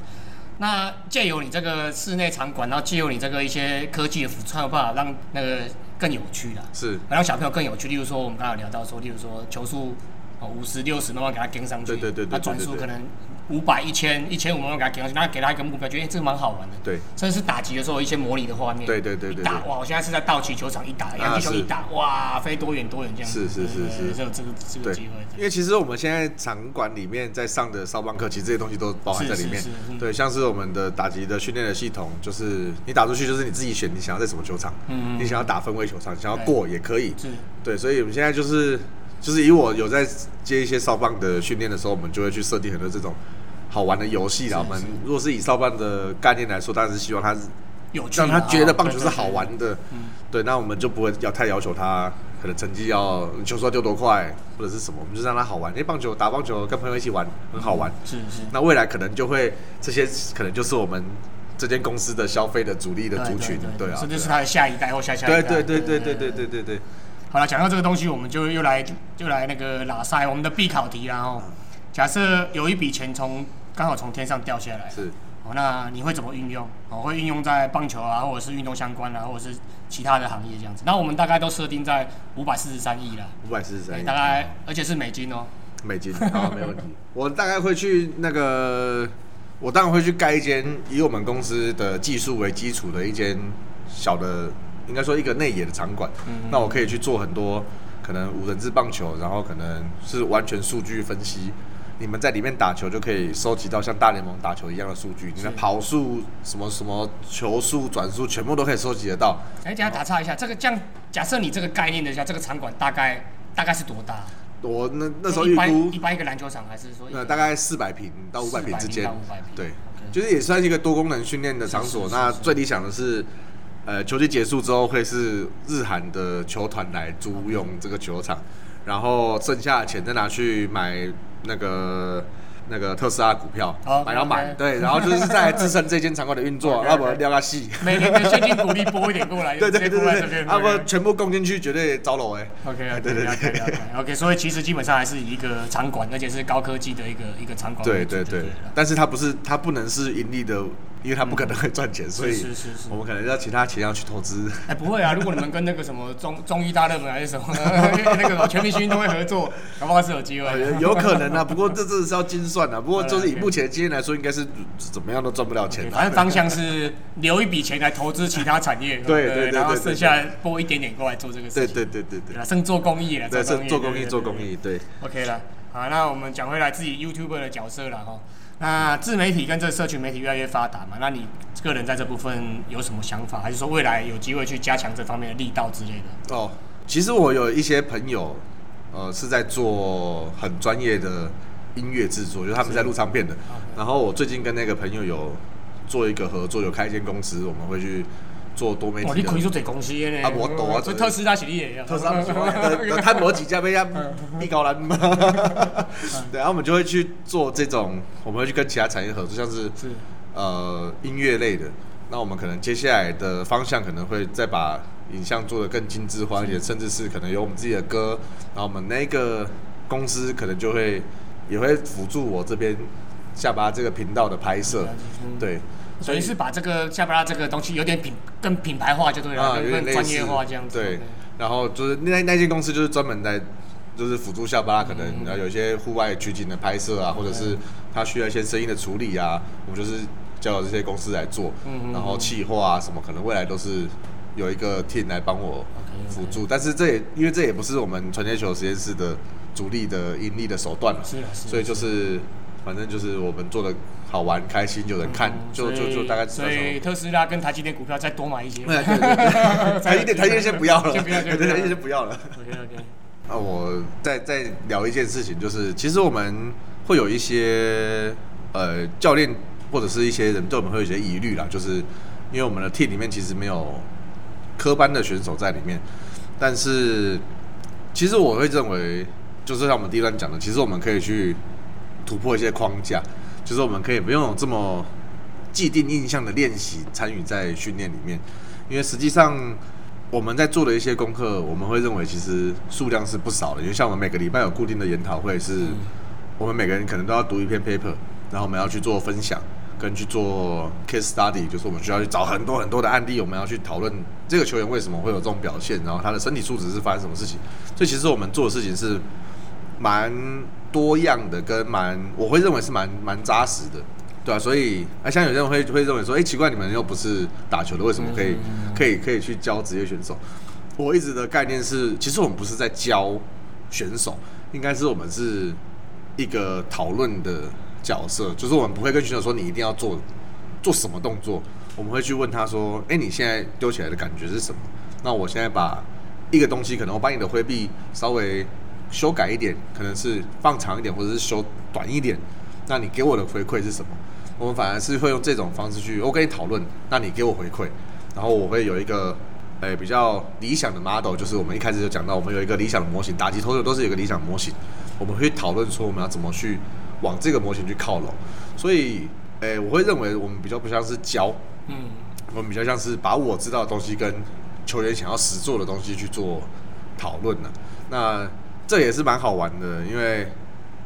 S1: 那借由你这个室内场馆，然后借由你这个一些科技的辅助，才有办法让那个更有趣啦，
S2: 是，
S1: 让小朋友更有趣。例如说我们刚才有聊到说，例如说球速哦五十六十慢慢给他跟上去，
S2: 对对对对
S1: 那
S2: 对
S1: 转
S2: 对
S1: 速
S2: 对
S1: 可能五百一千一千五慢慢给他跟上去，那给他一个目标，觉得哎、这个蛮好玩的。
S2: 对，
S1: 甚至是打击的时候一些模拟的画面。
S2: 对对对对对啊
S1: 一打哇！我现在是在道奇球场一打，洋基球一打，哇，飞多远多远这样。
S2: 是
S1: 对
S2: 是是
S1: 对对
S2: 是
S1: 是有这个这个
S2: 对
S1: 机会，
S2: 因
S1: 的。
S2: 为其实我们现在场馆里面在上的少棒课，其实这些东西都包含在里面。
S1: 是是是嗯
S2: 对，像是我们的打击的训练的系统，就是你打出去就是你自己选，你想要在什么球场，
S1: 嗯嗯
S2: 你想要打分位球场，想要过也可以。
S1: 是
S2: 对，所以我们现在就是就是以我有在接一些少棒的训练的时候，我们就会去设定很多这种好玩的游戏啦。我们如果是以少棒的概念来说，当然是希望它
S1: 有趣的
S2: 让
S1: 啊。
S2: 他觉得棒球
S1: 对
S2: 是好。玩的，对，那我们就不会要太要求他可能成绩要球速要丢多快或者是什么，我们就让他好玩。因为棒球打棒球跟朋友一起玩很好玩，
S1: 对对是是。
S2: 那未来可能就会这些可能就是我们这间公司的消费的主力的族群，对啊，
S1: 甚至是
S2: 对啊
S1: 他的下一代或下下一代。
S2: 对对对对对对对对对，
S1: 好了，讲到这个东西，我们就又来又来那个拉塞我们的必考题啦
S2: 嗯
S1: 哦。假设有一笔钱从刚好从天上掉下来，
S2: 是
S1: 哦，那你会怎么运用？哦，会运用在棒球啊，或者是运动相关啊，或者是其他的行业这样子。那我们大概都设定在五百四十三亿啦，
S2: 五百四十
S1: 对
S2: 三，
S1: 大概而且是美金哦。
S2: 美金，好，没问题。我大概会去那个，我当然会去盖一间以我们公司的技术为基础的一间小的，应该说一个内野的场馆。
S1: 嗯
S2: 那我可以去做很多可能五人制棒球，然后可能是完全数据分析。你们在里面打球就可以收集到像大联盟打球一样的数据，你的跑速、什么什么球速、转速，全部都可以收集得到。
S1: 哎，等一下打岔一下，这个这样，假设你这个概念的下，这个场馆大概大概是多大？
S2: 我那那时候
S1: 一
S2: 预
S1: 般
S2: 估
S1: 一般一个篮球场还是说一
S2: 那
S1: 个
S2: 大概四百平到五百平之间
S1: 400平到500平，
S2: 对
S1: OK，
S2: 就是也算是一个多功能训练的场所。
S1: 是是是
S2: 那
S1: 是
S2: 最理想的是，呃，球季结束之后会是日韩的球团来租用这个球场，然后剩下的钱再拿去买那个。那个特斯拉股票
S1: 哦
S2: 买到满，
S1: OK
S2: 对，然后就是再来支撑这间场馆的运作， [laughs]
S1: OK，OK
S2: 要不然撩个戏，
S1: 每年的现金鼓励拨一点过来，
S2: 对对对
S1: 直接拨来这
S2: 对对，
S1: 边。
S2: 要不然全部供进去绝对招楼哎，
S1: OK，
S2: 对对
S1: 了解
S2: 对
S1: 了解。OK，所以其实基本上还是以一个场馆，而且是高科技的一个一个场馆为
S2: 哦对
S1: 主
S2: 对
S1: 就
S2: 对
S1: 对了，
S2: 但是它不是，它不能是盈利的，因为它不可能会赚钱，所以
S1: 是是是
S2: 我们可能要其他钱要去投 [laughs] 资。
S1: 哎、不会啊！如果你们跟那个什么中中医大热门还是什么那个什么全明星运动会合作，搞不好是有机会的。
S2: 有有可能啊，不过这真的是要精算啊。不过就是以
S1: 对啊
S2: 目前的经验来说，应该是怎么样都赚不了钱
S1: 对
S2: 的。
S1: 反正方向是留一笔钱来投资其他产业，
S2: [laughs] 对对对
S1: 然后
S2: 对对
S1: 剩下拨一点点过来做这个
S2: 对
S1: 事情。
S2: 对对对
S1: 对
S2: 对，
S1: 啦，剩做公益了，
S2: 对，是做公
S1: 对
S2: 益
S1: 对
S2: 做
S1: 对
S2: 公益，对
S1: OK 了，好，那我们讲回来自己 YouTuber 的角色了哈。那自媒体跟这社群媒体越来越发达嘛，那你个人在这部分有什么想法，还是说未来有机会去加强这方面的力道之类的？
S2: 哦。其实我有一些朋友，呃，是在做很专业的音乐制作，就是他们在录唱片的。然后我最近跟那个朋友有做一个合作，有开一间公司，我们会去做多媒
S1: 哦，你
S2: 体的
S1: 开。足侪公司的呢？
S2: 啊无大啊
S1: 这特斯拉是你的啊。
S2: 特斯拉不是吗
S1: [laughs]
S2: 呃摊薄几家被人家地高栏嘛，对，然后我们就会去做这种，我们会去跟其他产业合作，像是
S1: 是
S2: 呃音乐类的，那我们可能接下来的方向可能会再把影像做得更精致化一点，甚至是可能有我们自己的歌，然后我们那个公司可能就会也会辅助我这边下巴这个频道的拍摄，嗯对，
S1: 嗯所以是把这个下巴拉这个东西有点品更品牌化就对了，
S2: 啊，有
S1: 更更
S2: 点类
S1: 专
S2: 似
S1: 业化这样子。
S2: 对，然后就是那那间公司就是专门在就是辅助下巴拉，可
S1: 嗯
S2: 能然后有一些户外取景的拍摄啊，或者是他需要一些声音的处理啊，我们就是交由这些公司来做
S1: 嗯嗯，
S2: 然后企划啊什么，可能未来都是有一个 team 来帮我
S1: OK，OK
S2: 辅助，但是这也因为这也不是我们传接球实验室的主力的盈利的手段嘛，
S1: 是啊是啊
S2: 所以就是反正就是我们做的好玩开心，有人看，就就就大概知
S1: 嗯
S2: 道
S1: 所
S2: 什么
S1: 以特斯拉跟台积电股票再多买一 [laughs]
S2: [laughs]
S1: 些。
S2: 哎对对对，台积电台积电先不要了，
S1: 先不要
S2: 对
S1: 先不
S2: 台
S1: 要
S2: 积电先不要了。
S1: OK OK，
S2: 啊，我再再聊一件事情，就是其实我们会有一些呃教练或者是一些人对我们会有一些疑虑啦，就是因为我们的 team 里面其实没有科班的选手在里面，但是其实我会认为，就是像我们第一段讲的，其实我们可以去突破一些框架，就是我们可以不用有这么既定印象的练习参与在训练里面，因为实际上我们在做的一些功课，我们会认为其实数量是不少的，因为像我们每个礼拜有固定的研讨会是，我们每个人可能都要读一篇 paper，然后我们要去做分享。跟去做 case study，就是我们需要去找很多很多的案例，我们要去讨论这个球员为什么会有这种表现，然后他的身体素质是发生什么事情。所以其实我们做的事情是蛮多样的，跟蛮我会认为是蛮蛮扎实的，对啊，所以啊，像有些人会会认为说，哎、奇怪，你们又不是打球的，为什么可以、可以可以去教职业选手？我一直的概念是，其实我们不是在教选手，应该是我们是一个讨论的角色，就是我们不会跟选手说你一定要做做什么动作，我们会去问他说：“哎、你现在丢起来的感觉是什么？”那我现在把一个东西，可能我把你的挥臂稍微修改一点，可能是放长一点，或者是修短一点。那你给我的回馈是什么？我们反而是会用这种方式去，我跟你讨论，那你给我回馈，然后我会有一个。诶，比较理想的 model 就是我们一开始就讲到，我们有一个理想的模型，打击投手都是有一个理想模型，我们会讨论说我们要怎么去往这个模型去靠拢。所以，诶，我会认为我们比较不像是教，
S1: 嗯，
S2: 我们比较像是把我知道的东西跟球员想要实做的东西去做讨论呢。那这也是蛮好玩的，因为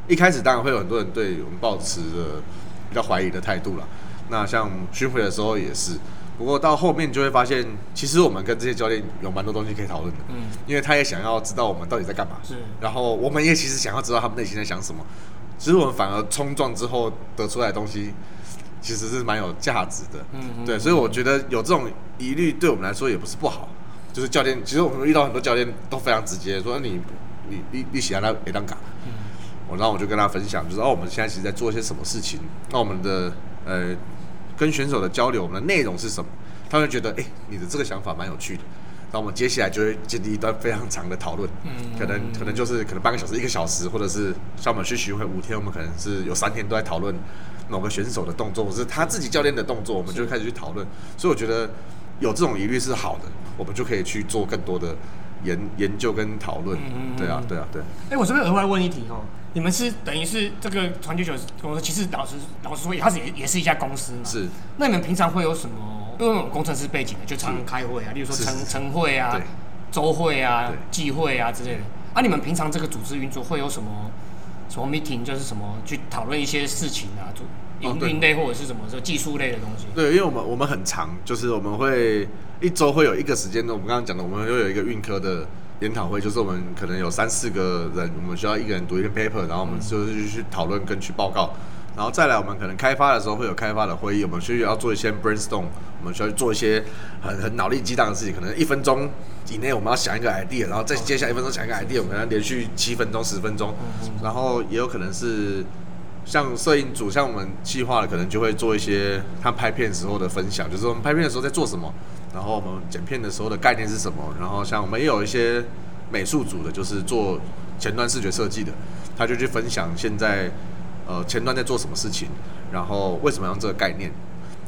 S2: 一开始当然会有很多人对我们抱持着比较怀疑的态度啦。那像巡回的时候也是，不过到后面就会发现，其实我们跟这些教练有蛮多东西可以讨论的。
S1: 嗯，
S2: 因为他也想要知道我们到底在干嘛。
S1: 是
S2: 然后我们也其实想要知道他们内心在想什么。其实我们反而冲撞之后得出来的东西，其实是蛮有价值的。
S1: 嗯
S2: 对，所以我觉得有这种疑虑对我们来说也不是不好。就是教练，其实我们遇到很多教练都非常直接，说哎你你你你喜欢他没当岗。我然后我就跟他分享，就是哦，我们现在其实在做些什么事情，那我们的呃跟选手的交流，我们的内容是什么？他会觉得，哎、你的这个想法蛮有趣的。那我们接下来就会建立一段非常长的讨论，可能可能就是可能半个小时、一个小时，或者是像我们去巡回五天，我们可能是有三天都在讨论某个选手的动作，或是他自己教练的动作，我们就开始去讨论。所以我觉得有这种疑虑是好的，我们就可以去做更多的研研究跟讨论。对啊，对啊，对啊。
S1: 哎、我这边额外问一题哦，你们是等于是这个传球球公司，其实老实老实说，它是也也是一家公司嘛。
S2: 是。
S1: 那你们平常会有什么？因为我们工程师背景的，就常常开会啊，例如说
S2: 是
S1: 晨
S2: 是是
S1: 晨会啊
S2: 对、
S1: 周会啊
S2: 对、
S1: 季会啊之类的。啊，你们平常这个组织运作会有什么什么 meeting，就是什么去讨论一些事情啊，就
S2: 哦
S1: 营
S2: 对
S1: 运类或者是什么这技术类的东西。
S2: 对，因为我们我们很长，就是我们会一周会有一个时间，我们刚刚讲的，我们会有一个运科的研讨会，就是我们可能有三四个人，我们需要一个人读一篇 paper，然后我们就是去讨论跟去报告，然后再来我们可能开发的时候会有开发的会议，我们需要做一些 brainstorm，我们需要做一些很很脑力激荡的事情，可能一分钟以内我们要想一个 idea，然后再接下来一分钟想一个 idea，我们可能连续七分钟十分钟，然后也有可能是。像摄影组，像我们计划的，可能就会做一些他拍片时候的分享，就是我们拍片的时候在做什么，然后我们剪片的时候的概念是什么，然后像我们也有一些美术组的，就是做前端视觉设计的，他就去分享现在呃前端在做什么事情，然后为什么要用这个概念。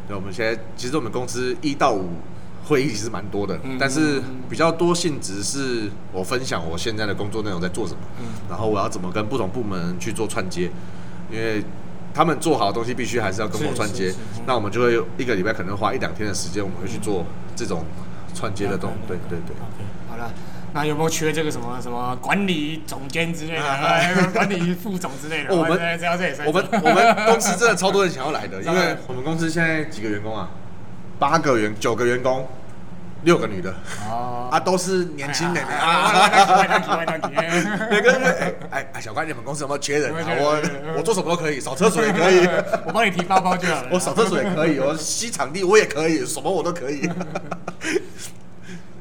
S2: 对，我们现在其实我们公司一到五会议其实蛮多的，
S1: 嗯
S2: 但是比较多性质是我分享我现在的工作内容在做什么，然后我要怎么跟不同部门去做串接，因为他们做好的东西必须还是要跟我
S1: 是
S2: 串接
S1: 是是，
S2: 那我们就会一个礼拜可能花一两天的时间，我们会去做这种串接的动，对对对。
S1: 好了，那有没有缺这个什么什么管理总监之类
S2: [laughs]
S1: 的，哎管理副总之类的？
S2: 哦我们
S1: 只要这也算
S2: 我们我们公司真的超多人想要
S1: [laughs]
S2: 来的，因为我们公司现在几个员工啊，八个员九个员工，六个女的
S1: 哦，
S2: 啊，都是年轻
S1: 哎
S2: 人啊。
S1: 啊，
S2: 每个人就哎哎哎，小关，你们公司有没有缺人
S1: 有
S2: 啊？
S1: 没有缺人
S2: 我我做什么都可以，扫厕所也可
S1: [laughs]
S2: 以，
S1: 我帮你提包包就好了。
S2: 我扫厕所也可以，我吸场地我也可以，什么我都可以。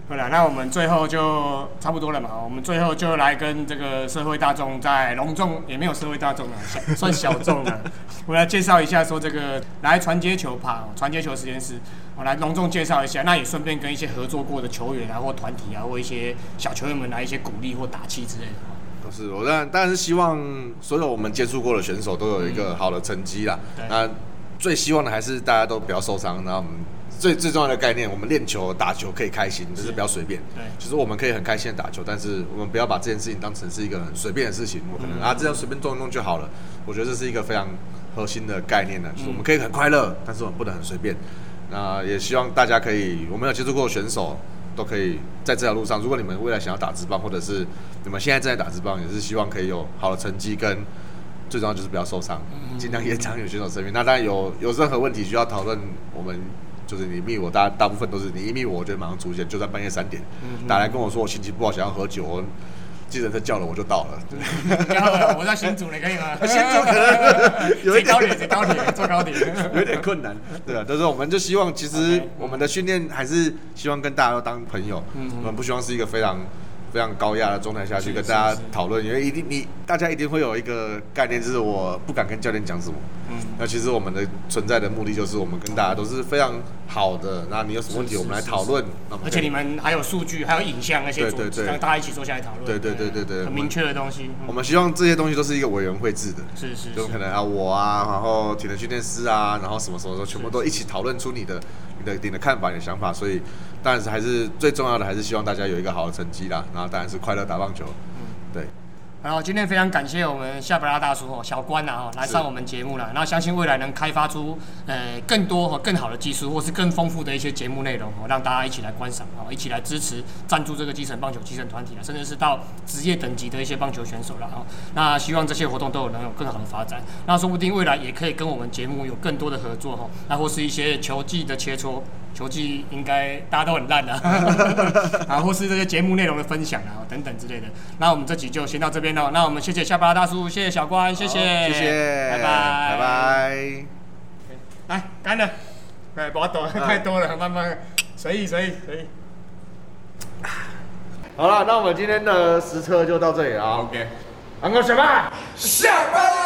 S1: 好了，那我们最后就差不多了嘛。我们最后就来跟这个社会大众在隆重，也没有社会大众啊，小算小众了。我来介绍一下，说这个来传接球趴，传接球实验室，我来隆重介绍一下。那也顺便跟一些合作过的球员啊，或团体啊，或一些小球员们来一些鼓励或打气之类的。
S2: 不 [laughs] 是，我当然当然是希望所有我们接触过的选手都有一个好的成绩啦。
S1: 对
S2: 那最希望的还是大家都不要受伤，然后我们最最重要的概念，我们练球打球可以开心，就是不要随便。
S1: 对
S2: 就是我们可以很开心的打球，但是我们不要把这件事情当成是一个很随便的事情，我可能、啊这样随便动一动就好了。我觉得这是一个非常核心的概念呢，就是我们可以很快乐，但是我们不能很随便。那也希望大家可以，我们有接触过的选手都可以在这条路上。如果你们未来想要打职棒，或者是你们现在正在打职棒，也是希望可以有好的成绩，跟最重要就是不要受伤，
S1: 嗯
S2: 尽量延长有选手生命。那当然有有任何问题需要讨论，我们就是你密我，大大部分都是你一密我，我就会马上出现，就在半夜三点、
S1: 嗯
S2: 打来跟我说我心情不好，想要喝酒，我计程车叫了我就到了。
S1: 嗯然后我在新竹，你可以吗？
S2: 新竹可能 [laughs] 有一
S1: 坐高铁，
S2: 点
S1: 坐高铁，坐高铁。
S2: [laughs] 有点困难，对啊，但是我们就希望，其实
S1: OK 嗯
S2: 我们的训练还是希望跟大家都当朋友，我们不希望是一个非常非常高压的状态下去
S1: 是
S2: 跟
S1: 是
S2: 大
S1: 是
S2: 家讨论，因为一定你大家一定会有一个概念，就是我不敢跟教练讲什么。那其实我们的存在的目的就是我们跟大家都是非常好的，那你有什么问题
S1: 是
S2: 我们来
S1: 是
S2: 讨论，那我
S1: 而
S2: 们可
S1: 且
S2: 以
S1: 你们还有数据，还有影像那些
S2: 对
S1: 组
S2: 对
S1: 织，
S2: 对
S1: 让大家一起坐下来讨论。
S2: 对对对对对
S1: 很
S2: 我
S1: 明
S2: 们
S1: 确的东西。
S2: 我
S1: 嗯
S2: 们希望这些东西都是一个委员会制的，
S1: 是是
S2: 就是可能啊我啊，然后体能训练师啊，然后什么什么时候全部都一起讨论出你的你的你的看法、你的想法，所以当然是还是最重要的，还是希望大家有一个好的成绩啦，然后当然是快乐打棒球，
S1: 嗯
S2: 对，
S1: 然后今天非常感谢我们夏布拉大叔哦，小关呐、啊、哦，来上我们节目了。那相信未来能开发出呃更多和更好的技术，或是更丰富的一些节目内容哦，让大家一起来观赏哦，一起来支持赞助这个基层棒球基层团体了，甚至是到职业等级的一些棒球选手了哦。那希望这些活动都有能有更好的发展。那说不定未来也可以跟我们节目有更多的合作哦，那或是一些球技的切磋，球技应该大家都很烂的、 [laughs] 啊，或是这些节目内容的分享啊等等之类的。那我们这集就先到这边喽。那我们谢谢下巴拉大叔，谢谢小关，谢
S2: 好
S1: 谢，
S2: 谢谢，
S1: 拜拜，
S2: 拜。拜。
S1: 来，干了，哎，不要
S2: 啊
S1: 多，太多了，慢慢随意随意随意。
S2: 好了，那我们今天的实测就到这里了啊。OK，安哥小麦。
S3: 下班了。